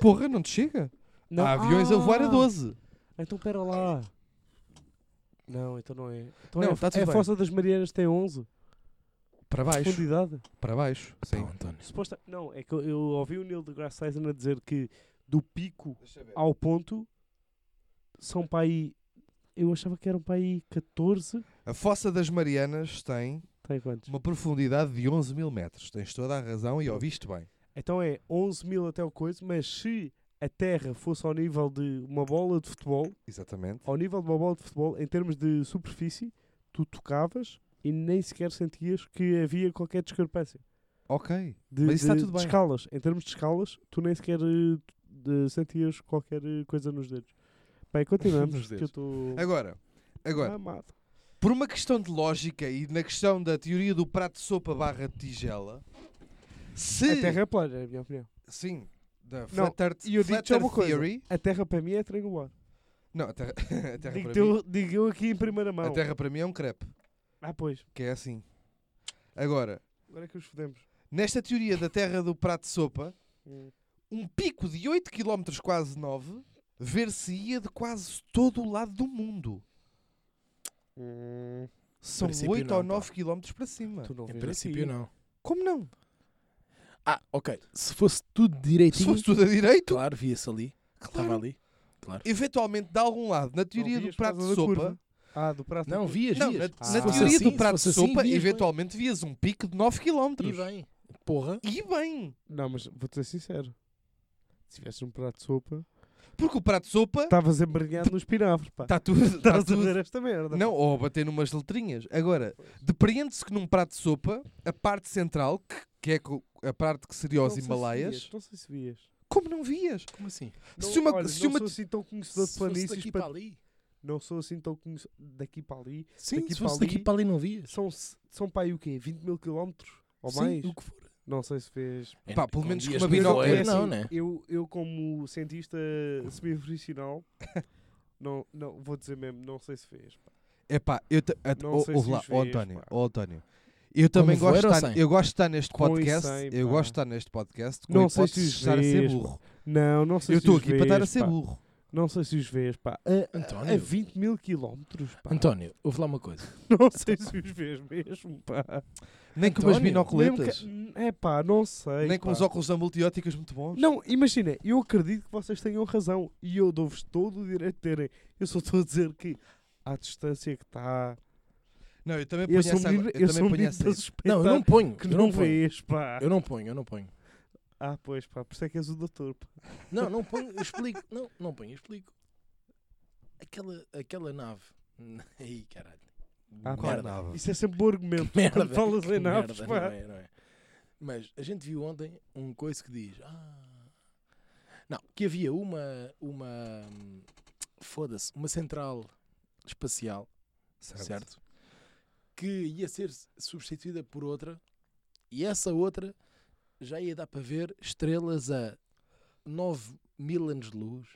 Speaker 1: Porra, não te chega?
Speaker 3: Não.
Speaker 1: Há aviões a voar a
Speaker 3: Ah!
Speaker 1: 12.
Speaker 3: Então pera lá. Não, então não é. Então
Speaker 1: Não,
Speaker 3: é,
Speaker 1: tá
Speaker 3: é
Speaker 1: tudo
Speaker 3: a
Speaker 1: bem.
Speaker 3: Fossa das Marianas tem 11.
Speaker 1: Para baixo.
Speaker 3: Profundidade.
Speaker 1: Para baixo, sim.
Speaker 2: Pá, então, António.
Speaker 3: Suposta... Não, é que eu, eu ouvi o Neil deGrasse Tyson a dizer que do pico ao ponto são para aí. Eu achava que eram para aí 14.
Speaker 1: A Fossa das Marianas tem
Speaker 3: Tem quantos?
Speaker 1: uma profundidade de 11 mil metros. Tens toda a razão e ouviste bem.
Speaker 3: Então é 11 mil até o coisa, mas se a Terra fosse ao nível de uma bola de futebol,
Speaker 1: Exatamente.
Speaker 3: ao nível de uma bola de futebol, em termos de superfície, tu tocavas e nem sequer sentias que havia qualquer discrepância.
Speaker 1: Ok.
Speaker 3: De,
Speaker 1: Mas isso está
Speaker 3: de-
Speaker 1: tudo
Speaker 3: de
Speaker 1: bem.
Speaker 3: escalas. Em termos de escalas, tu nem sequer eh, de- sentias qualquer eh, coisa nos dedos. Bem, continuamos,
Speaker 1: Nos
Speaker 3: que eu Ah,
Speaker 1: dedos.
Speaker 3: estou
Speaker 1: Agora, agora,
Speaker 3: amado.
Speaker 1: por uma questão de lógica e na questão da teoria do prato de sopa barra de tigela, se...
Speaker 3: A Terra é plana, é a minha opinião.
Speaker 1: Sim. Da
Speaker 3: Não,
Speaker 1: Flat Earth,
Speaker 3: e eu
Speaker 1: flat
Speaker 3: digo-te só uma
Speaker 1: Earth
Speaker 3: coisa.
Speaker 1: Theory...
Speaker 3: A Terra para mim é triangular.
Speaker 1: Não, a Terra, a terra
Speaker 3: Digo,
Speaker 1: para mim...
Speaker 3: eu, digo eu aqui em primeira mão.
Speaker 1: A Terra para mim é um crepe,
Speaker 3: Ah, pois.
Speaker 1: que é assim. Agora,
Speaker 3: Agora é que os fodemos.
Speaker 1: nesta teoria da Terra do prato de sopa,
Speaker 3: Hum.
Speaker 1: um pico de 8 km, quase 9, ver-se-ia de quase todo o lado do mundo. São
Speaker 2: princípio
Speaker 1: 8
Speaker 2: não,
Speaker 1: ou
Speaker 2: pá.
Speaker 1: 9 km para cima.
Speaker 3: Tu não
Speaker 2: Em
Speaker 3: vês
Speaker 2: princípio,
Speaker 3: aqui.
Speaker 2: não.
Speaker 1: Como não?
Speaker 2: Ah, ok. Se fosse tudo
Speaker 1: Se
Speaker 2: direitinho,
Speaker 1: fosse tudo a direito,
Speaker 2: claro, via-se ali. Estava
Speaker 1: claro.
Speaker 2: ali. Claro.
Speaker 1: Eventualmente, de algum lado, na teoria
Speaker 3: vias
Speaker 1: do
Speaker 3: por
Speaker 1: prato
Speaker 3: causa
Speaker 1: de
Speaker 3: da
Speaker 1: sopa,
Speaker 3: curva. Ah, do prato.
Speaker 2: Não, vias,
Speaker 1: não, é na,
Speaker 2: vias.
Speaker 3: Ah.
Speaker 1: na
Speaker 2: Se fosse
Speaker 1: teoria
Speaker 2: assim,
Speaker 1: do
Speaker 2: se
Speaker 1: prato de
Speaker 2: fosse assim,
Speaker 1: sopa,
Speaker 2: vias bem.
Speaker 1: eventualmente vias um pico de 9 km.
Speaker 2: E bem. Porra.
Speaker 1: E bem,
Speaker 3: Não, mas vou-te ser sincero. Se tivesse um prato de sopa,
Speaker 1: porque o prato de sopa
Speaker 3: estavas embrenhado nos pirafos, pá.
Speaker 1: está tudo. Está
Speaker 3: Estás a
Speaker 1: Tá, tudo-
Speaker 3: ver esta merda.
Speaker 1: Não, ou a bater numas letrinhas. Agora, depreende-se que num prato de sopa, a parte central, que, que é co- a parte que seria
Speaker 3: Não
Speaker 1: os
Speaker 3: sei se
Speaker 1: Himalaias,
Speaker 3: vias, Não sei se vias.
Speaker 1: como não vias?
Speaker 2: Como assim?
Speaker 1: Se uma- se uma-
Speaker 3: não sou assim tão conhecedor de planícies. Para...
Speaker 2: ali.
Speaker 3: Não sou assim tão conhecedor daqui para ali.
Speaker 2: Sim,
Speaker 3: Daqui
Speaker 2: se fosse
Speaker 3: para
Speaker 2: daqui
Speaker 3: ali.
Speaker 2: para ali não vias.
Speaker 3: São, são para aí o quê? 20 mil quilómetros? Ou
Speaker 2: Sim,
Speaker 3: mais?
Speaker 2: o que for.
Speaker 3: Não sei se fez.
Speaker 1: Pá, pelo
Speaker 2: Com
Speaker 1: menos com
Speaker 2: dias
Speaker 1: uma
Speaker 2: de
Speaker 1: binóculo.
Speaker 3: assim.
Speaker 2: nevoeiro,
Speaker 1: É
Speaker 2: Não, né?
Speaker 3: Eu, eu como cientista semi-profissional, não, não, vou dizer mesmo, não sei se fez. pá.
Speaker 1: É pá, eu ta- at-
Speaker 3: Não
Speaker 1: ou-
Speaker 3: sei
Speaker 1: ouve
Speaker 3: se
Speaker 1: lá,
Speaker 3: os
Speaker 1: ó
Speaker 3: vês,
Speaker 1: António,
Speaker 3: pá.
Speaker 1: ó António. Eu também gosto
Speaker 2: voeiro
Speaker 1: de
Speaker 2: ou
Speaker 1: estar,
Speaker 2: sem?
Speaker 1: eu gosto de estar neste
Speaker 3: Com e
Speaker 1: podcast,
Speaker 3: sem,
Speaker 1: eu
Speaker 3: pá.
Speaker 1: gosto de estar neste podcast com
Speaker 3: Não
Speaker 1: a
Speaker 3: sei se
Speaker 1: hipótese de
Speaker 3: os
Speaker 1: estar a ser
Speaker 3: vês,
Speaker 1: burro.
Speaker 3: Não, não sei
Speaker 1: Eu
Speaker 3: se
Speaker 1: estou
Speaker 3: os
Speaker 1: aqui para estar a
Speaker 3: vês,
Speaker 1: ser
Speaker 3: pá.
Speaker 1: burro.
Speaker 3: Não sei se os vês, pá. A, a-
Speaker 2: António.
Speaker 3: a 20 mil quilómetros, pá.
Speaker 2: António, ouve lá uma coisa.
Speaker 3: Não sei se os vês mesmo, pá.
Speaker 1: Nem com umas
Speaker 2: António,
Speaker 1: binoculetas,
Speaker 3: Mesmo que- É pá, não sei.
Speaker 1: nem com
Speaker 3: pá.
Speaker 1: uns óculos amultióticos muito bons.
Speaker 3: Não, imagina, eu acredito que vocês tenham razão e eu dou-vos todo o direito de terem. Eu só estou a dizer que à distância que está.
Speaker 1: Não, eu também ponho
Speaker 3: Eu sou um
Speaker 1: essa
Speaker 3: menino,
Speaker 1: agora- eu
Speaker 3: eu sou
Speaker 1: também
Speaker 3: um
Speaker 1: ponho
Speaker 3: menino
Speaker 1: essa.
Speaker 3: para suspeitar
Speaker 2: Não, eu não ponho.
Speaker 3: que
Speaker 2: eu
Speaker 3: não
Speaker 2: não ponho.
Speaker 3: vês, pá.
Speaker 2: Eu não ponho, eu não ponho.
Speaker 3: Ah, pois, pá, por isso é que és o doutor. Pá.
Speaker 2: Não, não ponho, eu explico. Não, não ponho, eu explico. Aquela, aquela nave. Ai, caralho.
Speaker 3: Ah,
Speaker 1: Qual
Speaker 2: merda.
Speaker 1: nave?
Speaker 3: Isso é sempre um argumento.
Speaker 2: merda.
Speaker 3: Quando falas
Speaker 2: que
Speaker 3: em naves,
Speaker 2: merda,
Speaker 3: pá.
Speaker 2: Não é, não é. Mas a gente viu ontem um coisa que diz. Ah, não, que havia uma. uma hum, Foda-se, uma central espacial, certo. Que ia ser substituída por outra. E essa outra já ia dar para ver estrelas a 9 mil anos de luz.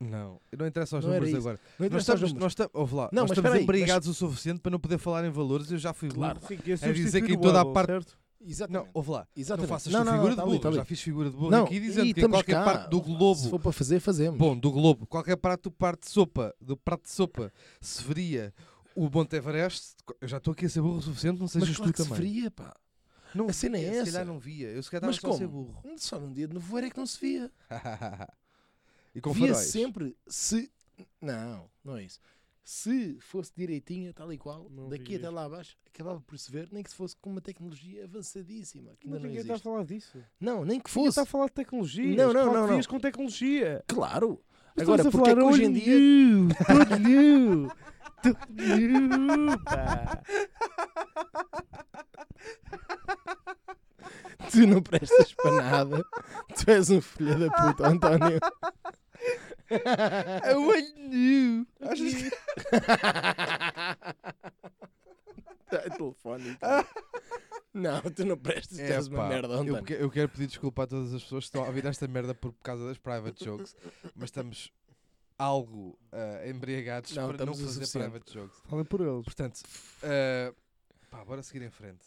Speaker 1: Não, não interessa aos
Speaker 2: Não era
Speaker 1: números
Speaker 2: isso.
Speaker 1: agora.
Speaker 2: Não
Speaker 1: Nós
Speaker 2: interessa aos
Speaker 1: estamos,
Speaker 2: números.
Speaker 1: nós estamos, ouve lá,
Speaker 2: Não,
Speaker 1: nós estamos
Speaker 2: mas espera aí,
Speaker 1: embrigados o suficiente para não poder falar em valores, eu já fui burro.
Speaker 2: Claro.
Speaker 3: Sim, que é
Speaker 1: dizer
Speaker 3: substituir
Speaker 1: que em
Speaker 3: o
Speaker 1: toda a
Speaker 3: Hubble,
Speaker 1: parte-
Speaker 3: certo?
Speaker 2: Exatamente.
Speaker 1: Não, ouve lá.
Speaker 2: Exatamente.
Speaker 1: Não faças tu figura
Speaker 2: tá
Speaker 1: de
Speaker 2: ali,
Speaker 1: burro.
Speaker 2: tá
Speaker 1: eu
Speaker 2: ali.
Speaker 1: já fiz figura de burro
Speaker 2: Não,
Speaker 1: aqui dizendo
Speaker 2: e
Speaker 1: que
Speaker 2: estamos
Speaker 1: qualquer
Speaker 2: cá.
Speaker 1: parte do
Speaker 2: Se
Speaker 1: globo,
Speaker 2: for para fazer, fazemos.
Speaker 1: bom, do globo, qualquer parte do parte de sopa, do prato de sopa, se veria o Monte Everest, eu já estou aqui a ser burro o suficiente, não
Speaker 2: mas
Speaker 1: sejas
Speaker 2: claro
Speaker 1: tu
Speaker 2: que se
Speaker 1: também.
Speaker 2: faria, pá.
Speaker 1: Não
Speaker 2: A cena é
Speaker 1: via, Se
Speaker 2: essa.
Speaker 1: calhar não via, eu se calhar
Speaker 2: Mas
Speaker 1: estava só a ser
Speaker 2: como?
Speaker 1: burro.
Speaker 2: Só num dia de nevoeiro é que não se via.
Speaker 1: e com
Speaker 2: via
Speaker 1: faróis.
Speaker 2: sempre se. Não, não é isso. Se fosse direitinha, tal e qual,
Speaker 3: Não
Speaker 2: daqui
Speaker 3: vias.
Speaker 2: até lá abaixo, acabava por se ver, nem que se fosse com uma tecnologia avançadíssima, que ainda
Speaker 3: Mas
Speaker 2: não
Speaker 3: ninguém está a
Speaker 2: existe.
Speaker 3: falar disso.
Speaker 2: Não, nem que
Speaker 3: Ninguém
Speaker 2: fosse.
Speaker 3: está a falar de tecnologia.
Speaker 2: Não, não, não,
Speaker 3: Fotografias com tecnologia.
Speaker 2: Claro.
Speaker 3: Mas
Speaker 2: Agora,
Speaker 3: estamos a
Speaker 2: porque é que
Speaker 3: falar
Speaker 2: hoje
Speaker 3: olho
Speaker 2: em dia.
Speaker 3: nu, Todo nu. Todo nu, pá.
Speaker 2: tu não prestas para nada. Tu és um filho da puta, António.
Speaker 1: I want you. Achas que...
Speaker 2: Tá, telefone. então. Não, tu não prestas, tu és uma
Speaker 1: Epá,
Speaker 2: merda,
Speaker 1: É, eu,
Speaker 2: António.
Speaker 1: que- eu quero pedir desculpa a todas as pessoas que estão a ouvir esta merda por causa das private jokes, mas estamos algo ah, embriagados
Speaker 2: Não,
Speaker 1: para não
Speaker 2: estamos o
Speaker 1: fazer
Speaker 2: suficiente.
Speaker 1: private jokes.
Speaker 3: Falem por eles.
Speaker 1: Portanto, ah, pá, bora seguir em frente.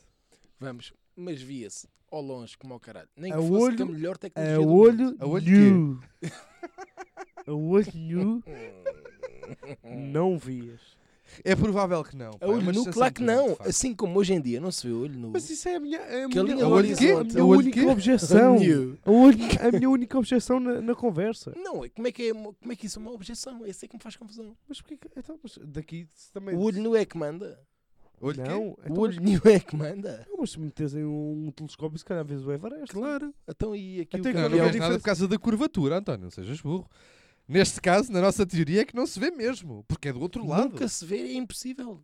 Speaker 2: Vamos, mas via-se ao longe como ao caralho. Nem que
Speaker 3: A
Speaker 2: fosse
Speaker 3: olho-
Speaker 2: que a melhor tecnologia
Speaker 3: A É
Speaker 2: do
Speaker 3: olho,
Speaker 1: A É olho
Speaker 3: nu. A olho nu,
Speaker 1: Hum,
Speaker 2: mundo.
Speaker 3: não vias.
Speaker 1: É provável que não. pá,
Speaker 2: A
Speaker 1: é uma
Speaker 2: olho nu,
Speaker 1: sensação
Speaker 2: claro que
Speaker 1: diferente, de
Speaker 2: não.
Speaker 1: facto.
Speaker 2: Assim como hoje em dia não se vê olho nu.
Speaker 3: Mas isso é a minha, é a
Speaker 2: Que a
Speaker 3: minha,
Speaker 2: linha
Speaker 3: a
Speaker 1: do
Speaker 3: única-
Speaker 1: horizonte-
Speaker 3: É a minha
Speaker 1: a olho
Speaker 3: única
Speaker 1: quê?
Speaker 3: objeção.
Speaker 2: Nu.
Speaker 3: A, única- é a minha única objeção na, na conversa.
Speaker 2: Não, é- como é, que é, uma- como é que isso é uma objeção? Esse é que me faz confusão.
Speaker 3: Mas porquê que- então, mas daqui se também.
Speaker 2: O olho nu é que manda.
Speaker 1: Olho é quê?
Speaker 3: Não, então,
Speaker 2: O olho nu é que manda.
Speaker 3: mas, não, mas se metessem um, um telescópio, se calhar vês o Everest.
Speaker 2: Claro. Então e aqui
Speaker 3: Até
Speaker 2: o
Speaker 3: que
Speaker 1: Não,
Speaker 3: Olha,
Speaker 1: não
Speaker 3: é
Speaker 1: vês
Speaker 3: vejo-
Speaker 2: campeão...
Speaker 1: nada
Speaker 3: diferente.
Speaker 1: por causa da curvatura, António, não sejas burro. Neste caso, na nossa teoria, é que não se vê mesmo, porque é do outro lado.
Speaker 2: Nunca se vê, é impossível.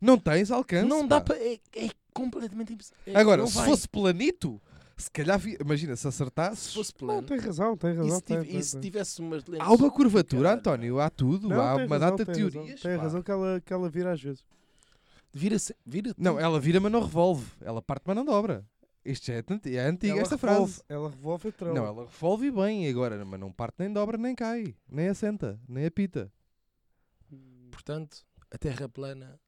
Speaker 1: Não tens alcance.
Speaker 2: não dá
Speaker 1: pá.
Speaker 2: para. É, é completamente impossível. É,
Speaker 1: Agora,
Speaker 2: não
Speaker 1: se
Speaker 2: vai.
Speaker 1: fosse planito, se calhar, vi- imagina, se acertasse,
Speaker 2: se fosse
Speaker 3: Não,
Speaker 2: plano.
Speaker 3: tem razão, tem
Speaker 2: e
Speaker 3: razão.
Speaker 2: se, tiv-
Speaker 3: tem,
Speaker 1: tipo,
Speaker 2: e
Speaker 3: tem,
Speaker 2: se
Speaker 3: tem.
Speaker 2: tivesse umas lentes.
Speaker 1: há uma curvatura,
Speaker 2: Caralho.
Speaker 1: António, há tudo,
Speaker 3: Não,
Speaker 1: há
Speaker 3: tem
Speaker 1: uma
Speaker 3: razão,
Speaker 1: data de
Speaker 3: tem razão.
Speaker 1: teorias.
Speaker 3: Tem
Speaker 1: pá.
Speaker 3: razão que ela, que ela vira às vezes.
Speaker 2: Vira, se- vira
Speaker 1: Não, ela vira, mas não revolve. Ela parte, mas não dobra. Isto já é, tanti- é antiga
Speaker 3: ela
Speaker 1: esta
Speaker 3: revolve,
Speaker 1: frase.
Speaker 3: Ela revolve e trava.
Speaker 1: Não, ela revolve bem agora, mas não parte, nem dobra, nem cai, nem assenta, nem apita.
Speaker 3: Hum.
Speaker 2: Portanto, a Terra plana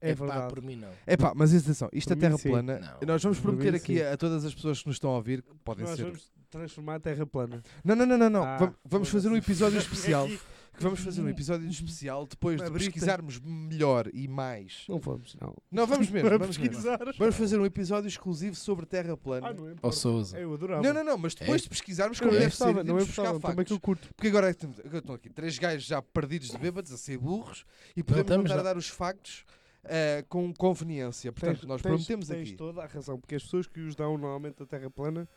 Speaker 3: É,
Speaker 2: é, pá,
Speaker 3: verdade.
Speaker 2: por mim não.
Speaker 1: É pá, mas atenção, isto
Speaker 3: Por
Speaker 1: é
Speaker 3: mim,
Speaker 1: terra
Speaker 3: sim.
Speaker 1: plana.
Speaker 2: Não.
Speaker 1: Nós vamos
Speaker 3: Por mim,
Speaker 1: prometer aqui
Speaker 3: sim.
Speaker 1: a, a todas as pessoas que nos estão a ouvir, que podem
Speaker 3: Nós
Speaker 1: ser.
Speaker 3: vamos transformar a Terra plana.
Speaker 1: Não, não, não, não, não.
Speaker 3: Ah,
Speaker 1: Vam- vamos fazer um
Speaker 3: foda-se.
Speaker 1: episódio especial.
Speaker 3: Aqui.
Speaker 1: que vamos fazer um episódio especial depois
Speaker 3: Uma
Speaker 1: de
Speaker 3: brita.
Speaker 1: pesquisarmos melhor e mais.
Speaker 3: Não vamos, não.
Speaker 1: Não, vamos mesmo,
Speaker 3: Para
Speaker 1: vamos mesmo.
Speaker 3: pesquisar.
Speaker 1: Vamos fazer um episódio exclusivo sobre terra
Speaker 3: Ah,
Speaker 1: plana.
Speaker 3: não importa.
Speaker 2: Ou Souza.
Speaker 3: Eu adorava.
Speaker 1: Não, não, não, mas depois
Speaker 2: É.
Speaker 1: de pesquisarmos
Speaker 3: Não
Speaker 1: como
Speaker 2: É.
Speaker 1: deve ser,
Speaker 3: importava,
Speaker 1: e
Speaker 3: não
Speaker 1: de irmos
Speaker 3: importava.
Speaker 1: buscar
Speaker 3: Também que
Speaker 1: factos.
Speaker 3: eu curto.
Speaker 1: Porque agora é que temos- agora estão aqui três gajos já perdidos de bêbados a ser burros e podemos
Speaker 2: estamos,
Speaker 1: andar a
Speaker 2: não.
Speaker 1: dar os factos ah, com conveniência. Portanto, nós prometemos
Speaker 3: tens
Speaker 1: aqui.
Speaker 3: toda a razão, porque as pessoas que os dão normalmente a Terra plana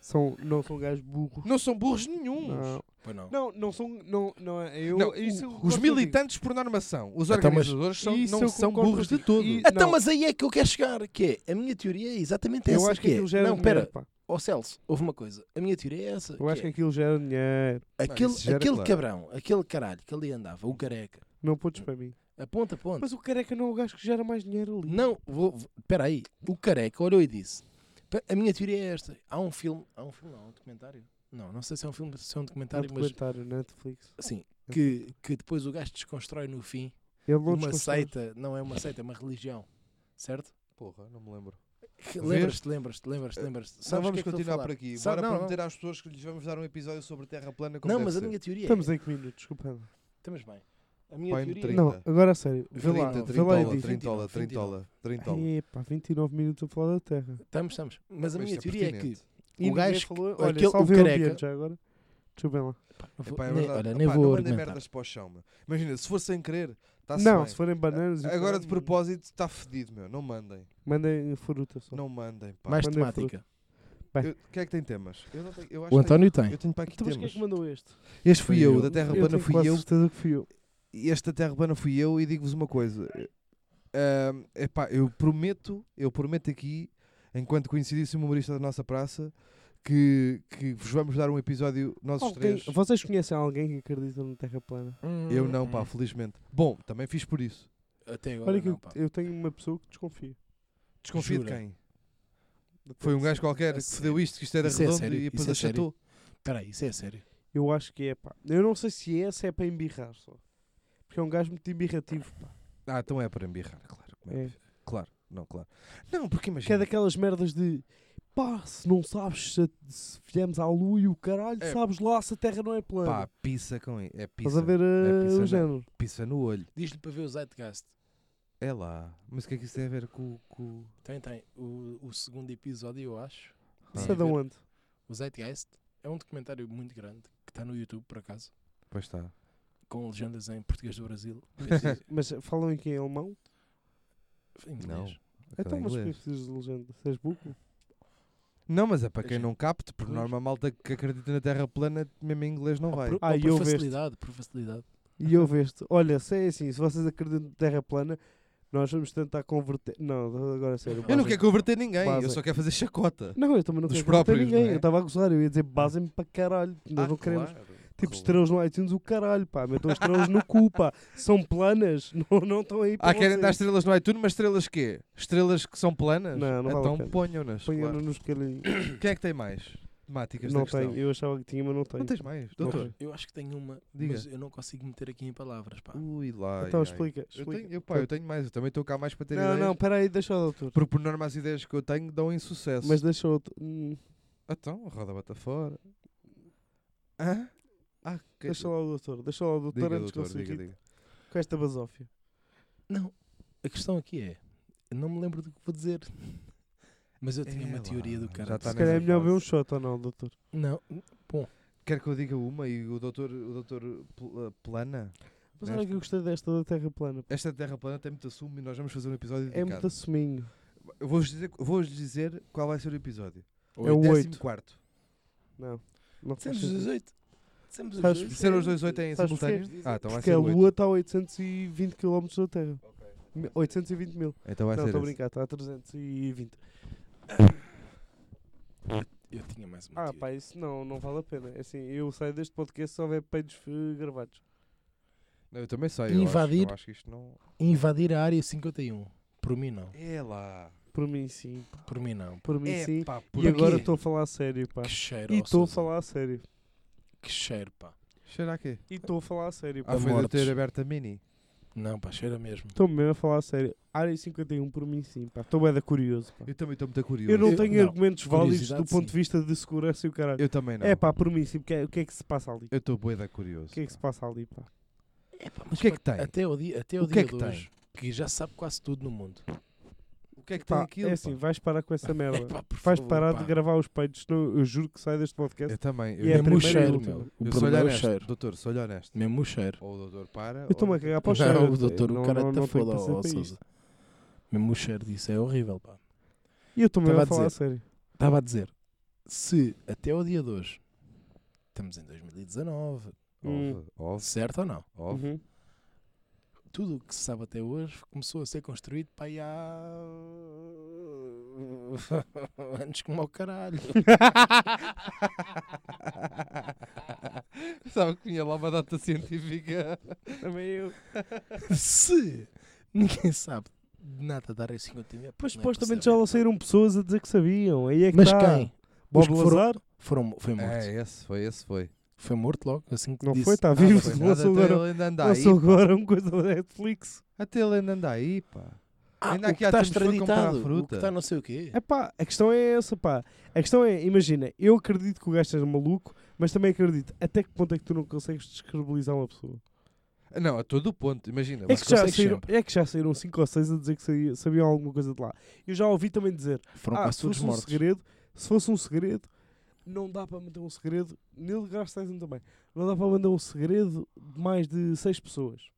Speaker 3: são, não são gajos burros.
Speaker 1: Não são burros nenhum.
Speaker 3: Não,
Speaker 2: Pois não.
Speaker 3: não, não são. Não, não, é- eu,
Speaker 1: Não,
Speaker 3: isso
Speaker 1: o-
Speaker 3: eu
Speaker 1: os
Speaker 3: concordo
Speaker 1: militantes, por norma, são. Os
Speaker 2: Então, mas-
Speaker 1: organizadores são-
Speaker 3: isso
Speaker 1: não
Speaker 3: eu
Speaker 1: são
Speaker 3: concordo
Speaker 1: burros de
Speaker 3: contigo.
Speaker 1: todo.
Speaker 3: E-
Speaker 2: Então,
Speaker 3: não.
Speaker 2: mas aí é que eu quero chegar. Que é, a minha teoria é exatamente
Speaker 3: contigo.
Speaker 2: essa.
Speaker 3: Eu acho que aquilo
Speaker 2: é,
Speaker 3: gera
Speaker 2: não,
Speaker 3: dinheiro.
Speaker 2: pera,
Speaker 3: pá.
Speaker 2: ó Celso, houve uma coisa. A minha teoria é essa.
Speaker 3: Eu acho que
Speaker 2: é,
Speaker 3: aquilo gera dinheiro.
Speaker 2: aquele
Speaker 1: isso já era
Speaker 2: aquele
Speaker 1: claro.
Speaker 2: cabrão, aquele caralho que ali andava, o careca,
Speaker 3: Não podes para mim.
Speaker 2: aponta, aponta.
Speaker 3: Mas o careca não é o gajo que gera mais dinheiro ali.
Speaker 2: Não, vou, vou- espera aí. O careca olhou e disse: "Pa- A minha teoria é esta. Há um filme, há um filme, não, há um documentário. Não, não sei se é um filme, se é um
Speaker 3: Está um
Speaker 2: documentário, mas
Speaker 3: documentário na Netflix.
Speaker 2: assim,
Speaker 1: É.
Speaker 2: que, que depois o gajo desconstrói no fim
Speaker 3: Ele não
Speaker 2: uma
Speaker 3: desconstrói.
Speaker 2: seita, não é uma seita, é uma religião, certo?
Speaker 1: Porra, não me lembro.
Speaker 2: Lembras-te, lembras-te, lembras-te,
Speaker 1: Eh,
Speaker 2: lembras-te.
Speaker 1: Não
Speaker 2: Sabes o
Speaker 1: vamos
Speaker 2: que é que estou a
Speaker 1: continuar
Speaker 2: falar?
Speaker 1: por aqui.
Speaker 2: Sabe-
Speaker 1: Bora
Speaker 2: não,
Speaker 1: prometer às pessoas que lhes vamos dar um episódio sobre terra plana como
Speaker 2: Não,
Speaker 1: deve
Speaker 2: mas a
Speaker 1: ser.
Speaker 2: minha teoria
Speaker 3: Estamos
Speaker 2: é.
Speaker 3: em que minutos? Desculpa. lá.
Speaker 2: Estamos bem. A minha
Speaker 1: Pai no
Speaker 2: teoria. é,
Speaker 1: trinta.
Speaker 3: Não, agora a sério. Vê lá,
Speaker 2: 30,
Speaker 3: vê lá e
Speaker 2: 30,
Speaker 3: diz.
Speaker 1: 30 ola, 30
Speaker 2: 29.
Speaker 1: ola, 30 ola.
Speaker 3: Epá, 29 minutos a falar da Terra.
Speaker 2: Estamos, estamos. Mas a
Speaker 1: Mas
Speaker 2: minha
Speaker 1: isto é
Speaker 2: teoria é que.
Speaker 1: pertinente.
Speaker 2: O gajo que-
Speaker 3: falou,
Speaker 2: aquele-
Speaker 3: olha,
Speaker 2: o
Speaker 3: salvei o
Speaker 2: careca.
Speaker 3: ambiente já agora. Desculpem lá.
Speaker 2: Não vou-
Speaker 1: Epá, é
Speaker 2: nem-
Speaker 1: verdade.
Speaker 2: olha, nem
Speaker 1: Epá,
Speaker 2: vou
Speaker 1: não mandem
Speaker 2: argumentar.
Speaker 1: merdas para o chão. meu. Imagina, se for sem querer, está-se
Speaker 3: Não,
Speaker 1: bem.
Speaker 3: se forem bananas... então e
Speaker 1: Agora
Speaker 3: tal,
Speaker 1: de propósito está fedido, meu. Não mandem.
Speaker 3: Mandem fruta só.
Speaker 1: Não mandem. Pá.
Speaker 2: Mais
Speaker 3: Mandei
Speaker 2: temática.
Speaker 1: Eu- Quem é que tem temas? Eu não tenho. Eu acho
Speaker 2: O António
Speaker 1: que tenho,
Speaker 2: tem.
Speaker 1: eu tenho para aqui
Speaker 3: Então, mas quem é
Speaker 1: temas.
Speaker 3: que mandou este?
Speaker 1: Este fui
Speaker 2: Fui
Speaker 1: eu,
Speaker 2: eu.
Speaker 1: da Terra
Speaker 2: Eu
Speaker 1: Plana
Speaker 3: tenho
Speaker 1: fui
Speaker 3: quase
Speaker 1: eu.
Speaker 3: certeza que fui eu.
Speaker 1: E esta Terra Plana fui eu e digo-vos uma coisa. Ahm, epá, eu prometo, eu prometo aqui, enquanto conhecidíssimo humorista da nossa praça, que, que vos vamos dar um episódio, nós os
Speaker 3: Alguém-
Speaker 1: três.
Speaker 3: Vocês conhecem alguém que acredita na Terra plana?
Speaker 1: Eu não, pá, felizmente. Bom, também fiz por isso.
Speaker 2: Hum, Até agora.
Speaker 3: Olha que
Speaker 2: não,
Speaker 3: eu,
Speaker 2: pá.
Speaker 3: eu tenho uma pessoa que desconfia.
Speaker 1: Desconfio
Speaker 2: Jura?
Speaker 1: de quem? Foi um gajo qualquer
Speaker 2: A
Speaker 1: que
Speaker 2: sério?
Speaker 1: deu isto, que isto era
Speaker 2: Isso é
Speaker 1: redondo
Speaker 2: sério?
Speaker 1: e depois
Speaker 2: Isso é sério?
Speaker 1: achatou.
Speaker 2: Espera aí, isso é sério.
Speaker 3: Eu acho que é, pá. Eu não sei se é, se é para embirrar só. Porque é um gajo muito embirrativo, pá.
Speaker 1: Ah, então é para embirrar, claro. como é
Speaker 3: É.
Speaker 1: óbvio. Claro, não, claro. Não, porque
Speaker 3: Que é
Speaker 1: imagina.
Speaker 3: daquelas merdas de... Pá, se não sabes se, se viemos à lua e o caralho,
Speaker 1: É.
Speaker 3: sabes lá se a Terra não é plana.
Speaker 1: Pá, pisa com. É
Speaker 3: Estás
Speaker 1: pisa.
Speaker 3: a ver
Speaker 1: é
Speaker 3: uh,
Speaker 1: pizza, não.
Speaker 3: o género.
Speaker 1: Pisa no olho.
Speaker 2: Diz-lhe para ver o Zeitgeist.
Speaker 1: É lá. Mas o que é que isso tem a ver com. com...
Speaker 2: Tem, tem. O, o segundo episódio, eu acho.
Speaker 1: Ah.
Speaker 3: Isso é de
Speaker 2: Tem a ver.
Speaker 3: onde?
Speaker 2: O Zeitgeist é um documentário muito grande que está no YouTube, por acaso,
Speaker 1: Pois está.
Speaker 2: com legendas em português do Brasil. Mas, diz-
Speaker 3: Mas falam em quem? Em alemão?
Speaker 2: em inglês.
Speaker 1: Não.
Speaker 3: Então, mas porquê
Speaker 1: inglês.
Speaker 3: precisas de legenda? Se és buco?
Speaker 1: Não, mas é para quem
Speaker 2: Sim.
Speaker 1: não capte, por
Speaker 2: Pois.
Speaker 1: norma a malta que acredita na Terra plana, mesmo em inglês não vai.
Speaker 2: Por,
Speaker 3: Ah,
Speaker 2: ou
Speaker 3: e
Speaker 2: por
Speaker 3: eu veste.
Speaker 2: facilidade, por facilidade.
Speaker 3: E ouveste? Olha, se é assim, se vocês acreditam na Terra plana, Nós vamos tentar converter. Não, agora é sério.
Speaker 1: Eu não
Speaker 3: basem-
Speaker 1: quero converter ninguém, eu
Speaker 3: Basem.
Speaker 1: só quero fazer chacota.
Speaker 3: Não, eu também não
Speaker 1: Dos
Speaker 3: quero converter
Speaker 1: próprios,
Speaker 3: ninguém.
Speaker 1: não é?
Speaker 3: Eu estava a gozar, eu ia dizer basem-me para caralho. Nós
Speaker 1: Ah,
Speaker 3: não queremos.
Speaker 1: claro.
Speaker 3: Tipo,
Speaker 1: Claro.
Speaker 3: estrelas no iTunes, o caralho, pá. Metam estrelas no cu, pá. São planas, não, não estão aí para
Speaker 1: Ah, querem dar
Speaker 3: vocês.
Speaker 1: estrelas no iTunes, mas estrelas quê? Estrelas que são planas?
Speaker 3: Não, não vale a
Speaker 1: então
Speaker 3: pena.
Speaker 1: ponham-nas.
Speaker 3: Ponham
Speaker 1: claro.
Speaker 3: nos caralhinhos.
Speaker 1: Quem é que tem mais temáticas da
Speaker 3: Não
Speaker 1: questão?
Speaker 3: tenho, eu achava que tinha, mas não tenho.
Speaker 1: Não tens mais,
Speaker 3: Não
Speaker 1: doutor?
Speaker 2: Eu acho que tenho uma,
Speaker 1: Diga.
Speaker 2: mas eu não consigo meter aqui em palavras, pá.
Speaker 1: Ui lá.
Speaker 3: Então
Speaker 1: ai, ai.
Speaker 3: explica,
Speaker 1: Eu
Speaker 3: explica.
Speaker 1: tenho, eu, pá, eu tenho mais, eu também estou cá mais para ter
Speaker 3: Não,
Speaker 1: ideias.
Speaker 3: não, peraí, deixa o doutor.
Speaker 1: Porque por norma as ideias que eu tenho dão em sucesso.
Speaker 3: Mas deixa o doutor. hum,
Speaker 1: Então, roda bota fora. Hã? Ah, que...
Speaker 3: Deixa lá o doutor, deixa lá o doutor
Speaker 1: diga,
Speaker 3: antes que eu
Speaker 1: doutor,
Speaker 3: se
Speaker 1: diga,
Speaker 3: irrite
Speaker 1: diga. Tá
Speaker 3: com esta basófia.
Speaker 2: Não, a questão aqui é, eu não me lembro do que vou dizer. Mas eu tinha
Speaker 1: É
Speaker 2: uma
Speaker 1: lá,
Speaker 2: teoria do
Speaker 1: já
Speaker 2: cara.
Speaker 1: tá
Speaker 3: Se
Speaker 1: nessa
Speaker 3: calhar é melhor
Speaker 1: fase.
Speaker 3: ver um shot ou não, doutor.
Speaker 2: Não,
Speaker 1: Quer que eu diga uma e o doutor, o doutor pl- plana?
Speaker 3: Mas olha que eu gostei desta da Terra plana. pá.
Speaker 1: Esta terra plana tem muito assumo e nós vamos fazer um episódio
Speaker 3: É
Speaker 1: dedicado.
Speaker 3: muito assuminho.
Speaker 1: Eu vou-vos dizer, vou dizer qual vai ser o episódio.
Speaker 3: É o
Speaker 1: décimo
Speaker 3: 8.
Speaker 1: quarto.
Speaker 3: Não. Não faz
Speaker 2: Dissemos
Speaker 3: sentido.
Speaker 2: os oito. Dissemos os
Speaker 3: Sabes-
Speaker 2: oito.
Speaker 1: Disseram os dois oito em
Speaker 3: Sabes
Speaker 1: simultâneo?
Speaker 2: porquê?
Speaker 1: Ah, então vai
Speaker 3: Porque é
Speaker 1: ser
Speaker 3: a
Speaker 1: o oito.
Speaker 3: Lua está a 820 km da Terra. 820 mil.
Speaker 1: Então vai
Speaker 3: não,
Speaker 1: ser
Speaker 3: estou a
Speaker 1: esse.
Speaker 3: brincar, está a 320.
Speaker 2: Eu tinha mais uma
Speaker 3: Ah,
Speaker 2: teoria.
Speaker 3: pá, isso não, não vale a pena. É Assim, eu saio deste podcast se houver peidos eh, gravados.
Speaker 1: Não, Eu também sei. Eu acho,
Speaker 2: Invadir-
Speaker 1: eu acho que isto não...
Speaker 2: Invadir a área 51. Por mim não.
Speaker 1: É lá.
Speaker 3: Por mim, sim.
Speaker 2: Por mim não.
Speaker 3: Por mim, sim.
Speaker 1: É pá, por
Speaker 3: E agora
Speaker 2: quê?
Speaker 3: estou a falar a sério, pá.
Speaker 2: Que cheiro,
Speaker 3: E
Speaker 2: ó,
Speaker 3: estou a
Speaker 2: Sousa.
Speaker 3: falar a sério.
Speaker 2: Que cheiro, pá.
Speaker 1: Cheira a quê?
Speaker 3: E estou a falar a sério, pá.
Speaker 1: Ah, foi de
Speaker 2: mortes.
Speaker 1: ter aberto a mini.
Speaker 2: Não, pá, cheira mesmo.
Speaker 3: Estou mesmo a falar a sério. Área 51, por mim, sim, pá. Estou bem da curioso, pá.
Speaker 1: Eu também estou muito curioso.
Speaker 3: Eu não
Speaker 2: Eu-
Speaker 3: tenho
Speaker 2: não.
Speaker 3: argumentos válidos do
Speaker 2: Curiosidade,
Speaker 3: ponto
Speaker 2: sim.
Speaker 3: de vista de segurança e o caralho.
Speaker 1: Eu também não.
Speaker 3: É pá, por mim, sim. Porque é- o que é que se passa ali?
Speaker 1: Eu estou bué da curioso.
Speaker 3: O que é que se passa ali, pá?
Speaker 1: O que é que tem?
Speaker 2: Até o dia, até o
Speaker 1: O que
Speaker 2: dia
Speaker 1: é que
Speaker 2: de hoje, que já sabe quase tudo no mundo.
Speaker 1: O que é que tem
Speaker 3: Pá,
Speaker 1: aquilo?
Speaker 3: é assim,
Speaker 1: pá?
Speaker 3: vais parar com essa merda.
Speaker 2: Epá, por
Speaker 3: vais
Speaker 2: favor,
Speaker 3: parar
Speaker 2: É, pá.
Speaker 3: de gravar os peitos, senão eu juro que saio deste podcast.
Speaker 1: Eu também.
Speaker 3: E é a
Speaker 2: Mesmo o
Speaker 3: primeira e a
Speaker 2: cheiro,
Speaker 3: última.
Speaker 2: meu. O
Speaker 1: eu sou
Speaker 2: problema é o
Speaker 1: honesto.
Speaker 2: cheiro.
Speaker 1: Doutor, sou honesto.
Speaker 2: Mesmo o cheiro.
Speaker 1: Ou o doutor para.
Speaker 3: Eu estou-me a cagar para o
Speaker 2: Não,
Speaker 3: cheiro.
Speaker 2: é o doutor,
Speaker 3: não-
Speaker 2: o cara
Speaker 3: não-
Speaker 2: está
Speaker 3: não tenho
Speaker 2: foda,
Speaker 3: paciência
Speaker 2: ó,
Speaker 3: para isto.
Speaker 2: Sousa. Mesmo o cheiro disso é horrível, pá.
Speaker 3: E eu também
Speaker 2: Estava
Speaker 3: a
Speaker 2: a
Speaker 3: falar a sério.
Speaker 2: Estava a dizer, se até o dia de hoje, estamos em 2019,
Speaker 3: Hum.
Speaker 1: Ouve, ouve,
Speaker 2: certo ou não?
Speaker 1: ouve.
Speaker 3: Uhum.
Speaker 2: Tudo o que se sabe até hoje começou a ser construído para aí há... Antes como ao caralho.
Speaker 1: Sabe que tinha lá uma data científica.
Speaker 3: Também eu.
Speaker 2: se ninguém sabe nada da área 51,
Speaker 3: Pois
Speaker 2: não é
Speaker 3: supostamente já
Speaker 2: possível.
Speaker 3: lá saíram pessoas a dizer que sabiam. Aí é que
Speaker 2: Mas
Speaker 3: tá.
Speaker 2: quem? Os
Speaker 3: Bob
Speaker 2: que foram-
Speaker 3: Lazar?
Speaker 2: Foram, foi morto.
Speaker 1: É, esse foi, esse foi.
Speaker 2: Foi morto logo, assim que
Speaker 3: Não
Speaker 2: disse.
Speaker 3: foi, está
Speaker 1: Ah, não
Speaker 3: vivo.
Speaker 1: foi nada,
Speaker 3: Lançou
Speaker 1: até
Speaker 3: agora,
Speaker 1: ele ainda anda aí.
Speaker 3: lançou agora uma coisa da Netflix.
Speaker 1: Até ele ainda anda aí, pá.
Speaker 2: Ah,
Speaker 1: Ainda
Speaker 2: o
Speaker 1: aqui
Speaker 2: que
Speaker 1: há
Speaker 3: tá
Speaker 2: está
Speaker 1: tempos foi comprar
Speaker 2: extraditado, o
Speaker 1: fruta.
Speaker 2: que está não sei o quê.
Speaker 3: É pá, a questão é essa, pá. A questão é, imagina, eu acredito que o gajo esteja maluco, mas também acredito. Até que ponto é que tu não consegues descredibilizar uma pessoa?
Speaker 1: Não, a todo o ponto, imagina.
Speaker 3: É
Speaker 1: mas
Speaker 2: Mas
Speaker 3: que, já
Speaker 2: consegues
Speaker 3: saíram,
Speaker 2: sempre.
Speaker 3: é que já saíram 5 ou 6 a dizer que saía- sabiam alguma coisa de lá. Eu já ouvi também dizer,
Speaker 2: Foram
Speaker 3: ah,
Speaker 2: quase
Speaker 3: se
Speaker 2: todos
Speaker 3: fosse um
Speaker 2: mortos.
Speaker 3: segredo, se fosse um segredo, não dá para manter um segredo, Neil deGrasse Tyson também, não dá para manter um segredo de mais de 6 pessoas.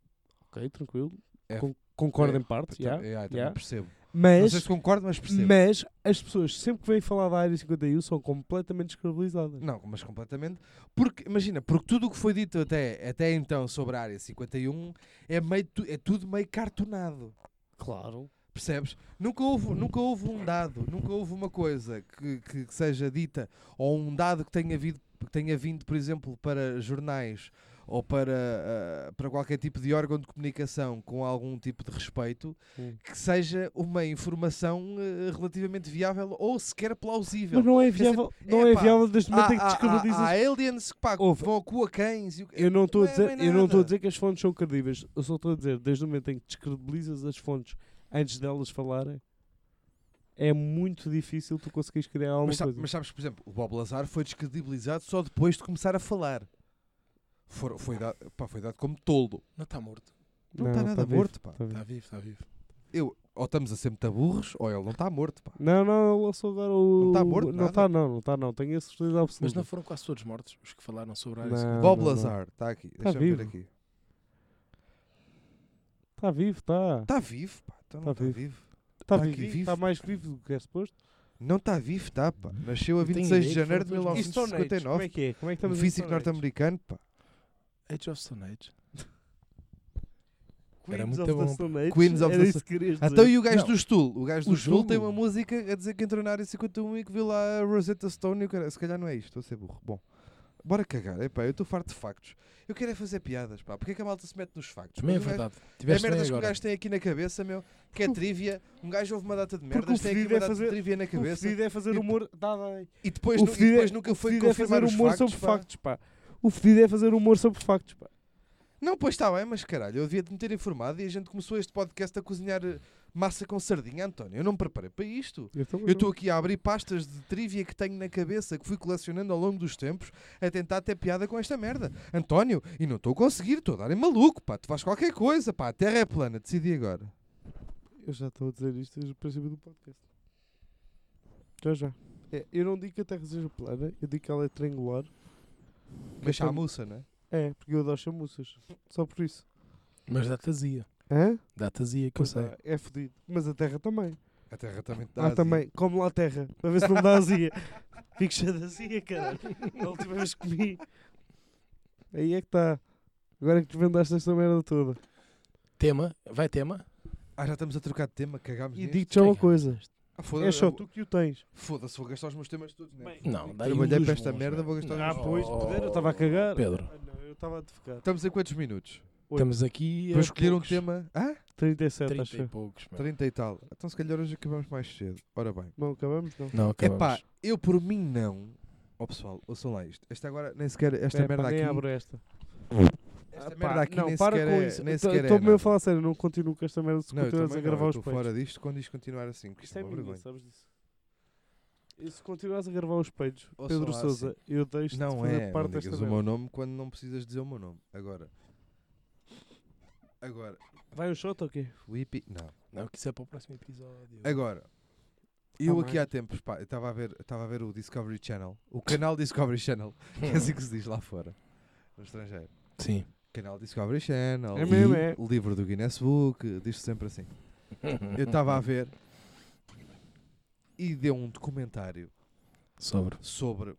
Speaker 3: Ok, tranquilo,
Speaker 1: É.
Speaker 3: Con- concordo
Speaker 1: É.
Speaker 3: em parte,
Speaker 1: Eu tam-
Speaker 3: já.
Speaker 1: é, eu também
Speaker 3: yeah.
Speaker 1: percebo. Não sei
Speaker 3: mas,
Speaker 1: se concordo, mas percebo.
Speaker 3: mas as pessoas sempre que vêm falar da Área 51 são completamente descredibilizadas.
Speaker 1: Não, mas completamente. Porque, imagina, porque tudo o que foi dito até, até então sobre a área 51 é, meio, tu- é tudo meio cartonado.
Speaker 3: Claro.
Speaker 1: Percebes? Nunca houve, nunca houve um dado, nunca houve uma coisa que, que, que seja dita, ou um dado que tenha, vindo, que tenha vindo, por exemplo, para jornais ou para, ah, para qualquer tipo de órgão de comunicação com algum tipo de respeito,
Speaker 3: Hum.
Speaker 1: que seja uma informação eh, relativamente viável ou sequer plausível.
Speaker 3: Mas não é viável, não é
Speaker 1: epá,
Speaker 3: viável desde o momento em que
Speaker 1: Há- há-
Speaker 3: descredibilizas
Speaker 1: há- há aliens que pá,
Speaker 3: Ouve.
Speaker 1: vão com a cães. E o...
Speaker 3: Eu não estou a
Speaker 1: Não é
Speaker 3: dizer,
Speaker 1: bem
Speaker 3: eu não estou a
Speaker 1: nada.
Speaker 3: dizer que as fontes são credíveis. Eu só estou a dizer, desde o momento em que descredibilizas as fontes antes delas falarem, é muito difícil tu conseguires criar alguma
Speaker 1: mas, sa-
Speaker 3: coisa.
Speaker 1: mas sabes, por exemplo, o Bob Lazar foi descredibilizado só depois de começar a falar. For- foi, dado, pá, foi dado como toldo.
Speaker 2: Não está morto.
Speaker 1: Não está nada
Speaker 3: vivo,
Speaker 1: morto, pá.
Speaker 3: tá vivo.
Speaker 2: Está vivo, está vivo.
Speaker 1: Eu, ou estamos a ser muito burros, ou ele não está morto, pá.
Speaker 3: Não, não, ele lançou agora o.
Speaker 1: Não tá morto,
Speaker 3: Não
Speaker 1: nada.
Speaker 3: está, não, não está, não. Tenho a certeza
Speaker 2: Mas
Speaker 3: absoluta.
Speaker 2: não foram quase todos mortos os que falaram sobre a área
Speaker 3: Não.
Speaker 2: 51.
Speaker 1: Bob
Speaker 3: não.
Speaker 1: Lazar, está aqui.
Speaker 3: Tá
Speaker 1: Deixa-me ver
Speaker 3: vivo.
Speaker 1: aqui.
Speaker 3: Está Tá vivo, está.
Speaker 1: Está vivo, pá. Então não
Speaker 3: Tá
Speaker 1: está
Speaker 3: vivo.
Speaker 1: vivo.
Speaker 3: Está
Speaker 1: tá aqui
Speaker 3: vivo.
Speaker 1: vivo.
Speaker 3: Está mais vivo do que é suposto.
Speaker 1: Não está vivo, está, pá. Nasceu a
Speaker 2: Eu tenho
Speaker 1: 26 de
Speaker 2: ideia que
Speaker 1: janeiro de
Speaker 2: foram todos-
Speaker 3: Isto são Age, como é
Speaker 1: 1959.
Speaker 3: que é? Como é que
Speaker 1: Um
Speaker 3: estamos em
Speaker 1: físico
Speaker 3: Stone Age?
Speaker 1: norte-americano, pá.
Speaker 2: Age of Stone Age. Era
Speaker 3: Queens
Speaker 2: muito
Speaker 3: of the
Speaker 2: bom,
Speaker 3: Stone Age.
Speaker 1: Queens of
Speaker 3: Era
Speaker 1: the
Speaker 3: isso que querias dizer.
Speaker 1: Então e o gajo
Speaker 2: Não.
Speaker 1: do Stool? O gajo
Speaker 2: O
Speaker 1: do Stool tem
Speaker 2: jogo.
Speaker 1: uma música a dizer que entrou na área 51 e que viu lá a Rosetta Stone e o cara... Se calhar não é isto, estou a ser burro. Bom, bora cagar. Epá, eu estou farto de factos. Eu quero é fazer piadas, pá. Porquê que a malta se mete nos factos?
Speaker 2: Também é
Speaker 1: Porque o gajo-
Speaker 2: verdade.
Speaker 1: É
Speaker 2: Tiveste bem
Speaker 1: merdas que o
Speaker 2: agora.
Speaker 1: gajo tem aqui na cabeça, meu, que é trivia. Um gajo ouve uma data de
Speaker 3: Porque o
Speaker 1: merdas, tem aqui
Speaker 3: fedido
Speaker 1: uma
Speaker 3: é
Speaker 1: data
Speaker 3: fazer-
Speaker 1: de trivia na
Speaker 3: O
Speaker 1: cabeça
Speaker 3: fedido é fazer
Speaker 1: E-
Speaker 3: humor. Dá, dá.
Speaker 1: e depois,
Speaker 3: o
Speaker 1: nu- e
Speaker 3: fedido é-
Speaker 1: depois nunca foi
Speaker 3: fedido é
Speaker 1: confirmar
Speaker 3: fazer
Speaker 1: os
Speaker 3: humor
Speaker 1: factos.
Speaker 3: sobre
Speaker 1: pá.
Speaker 3: factos, pá. O fedido é fazer humor sobre factos, pá.
Speaker 1: Não, pois está bem, mas caralho, eu devia-te me ter informado e a gente começou este podcast a cozinhar eh, massa com sardinha, António. Eu não me preparei para isto.
Speaker 3: um
Speaker 1: Eu estou aqui a abrir pastas de trivia que tenho na cabeça, que fui colecionando ao longo dos tempos, a tentar ter piada com esta merda. António, e não estou a conseguir, estou a dar em maluco, pá, tu faz qualquer coisa, pá, a terra é plana, decidi agora.
Speaker 3: Eu já estou a dizer isto desde o princípio do podcast. Já, já. É, eu não digo que a Terra seja plana, eu digo que ela é triangular.
Speaker 1: Mas
Speaker 3: chamo-
Speaker 1: chamuça, não é?
Speaker 3: É, porque eu adoro chamuças. Só por isso.
Speaker 2: Mas dá tazia.
Speaker 3: Hã?
Speaker 2: Dá tazia, que eu
Speaker 3: Pois
Speaker 2: sei.
Speaker 3: dá, É fodido. Mas a Terra também.
Speaker 1: A terra também
Speaker 3: Ah,
Speaker 1: está.
Speaker 3: também. Come lá a Terra, para ver se não me dá azia. Fico cheio de azia, caralho. A última vez que comi. Aí é que está. Agora é que desvendaste esta merda toda.
Speaker 2: Tema, vai tema.
Speaker 1: Ah, já estamos a trocar de tema, cagámos
Speaker 3: E
Speaker 1: nisto.
Speaker 3: digo-te já uma
Speaker 2: Tenho.
Speaker 3: coisa.
Speaker 1: Ah,
Speaker 3: É
Speaker 1: foda-se,
Speaker 3: só
Speaker 1: eu-
Speaker 3: tu que o tens.
Speaker 1: foda-se, vou gastar os meus temas todos, né?
Speaker 2: Não, dá aí
Speaker 1: Trabalhei
Speaker 2: um dos
Speaker 1: para esta
Speaker 2: bons,
Speaker 1: merda,
Speaker 2: velho.
Speaker 1: vou gastar
Speaker 3: Ah,
Speaker 1: os meus.
Speaker 3: pois, poder, eu estava a cagar.
Speaker 2: Pedro,
Speaker 3: Ah, não, eu estava a defecar.
Speaker 1: Estamos em quantos minutos?
Speaker 3: Oito.
Speaker 2: estamos aqui
Speaker 1: Para
Speaker 2: a
Speaker 1: escolher um
Speaker 2: poucos.
Speaker 1: tema. tá Hã?
Speaker 3: 37,
Speaker 2: 30
Speaker 3: acho.
Speaker 2: e
Speaker 3: eu.
Speaker 2: poucos. meu.
Speaker 1: 30 e tal. Então se calhar hoje acabamos mais cedo. Ora bem.
Speaker 3: Não, acabamos, não.
Speaker 2: Não,
Speaker 1: É
Speaker 2: acabamos.
Speaker 1: pá, eu por mim não. Ó pessoal, ouçam lá isto. Esta agora nem sequer. Esta
Speaker 3: É, pá,
Speaker 1: merda
Speaker 3: nem
Speaker 1: aqui.
Speaker 3: abro esta.
Speaker 1: Esta
Speaker 3: Ah, pá,
Speaker 1: merda aqui
Speaker 3: não,
Speaker 1: nem
Speaker 3: para
Speaker 1: sequer
Speaker 3: com
Speaker 1: é-
Speaker 3: isso.
Speaker 1: nem
Speaker 3: Tô-
Speaker 1: sequer é
Speaker 3: tô mesmo a
Speaker 1: nada.
Speaker 3: falar sério, não continuo com esta merda se
Speaker 1: Não, eu
Speaker 3: continuas a
Speaker 1: também não,
Speaker 3: gravar
Speaker 1: eu
Speaker 3: os
Speaker 1: estou fora
Speaker 3: peitos.
Speaker 1: disto quando isto continuar assim, porque isto
Speaker 3: Isto
Speaker 1: é
Speaker 3: é
Speaker 1: uma
Speaker 3: minha,
Speaker 1: vergonha.
Speaker 3: sabes disso? E se continuas a gravar os peitos,
Speaker 1: Ouça
Speaker 3: Pedro
Speaker 1: lá, assim,
Speaker 3: Souza, eu deixo de
Speaker 1: Não
Speaker 3: fazer
Speaker 1: é, não
Speaker 3: parte desta
Speaker 1: digas o
Speaker 3: merda.
Speaker 1: meu nome quando não precisas dizer o meu nome. Agora. Agora.
Speaker 3: Vai um shot ou quê?
Speaker 1: Whippy. Não.
Speaker 2: Não, que isso é para o próximo episódio.
Speaker 1: Agora. Eu
Speaker 3: Há
Speaker 1: aqui há tempos, pá, eu estava a ver, estava a ver o Discovery Channel, o canal Discovery Channel, que é assim que se diz lá fora, no estrangeiro.
Speaker 2: Sim.
Speaker 1: Canal Discovery Channel,
Speaker 3: É mesmo,
Speaker 1: e
Speaker 3: é.
Speaker 1: o livro do Guinness Book, diz sempre assim. Eu estava a ver e deu um documentário
Speaker 2: Sobre.
Speaker 1: sobre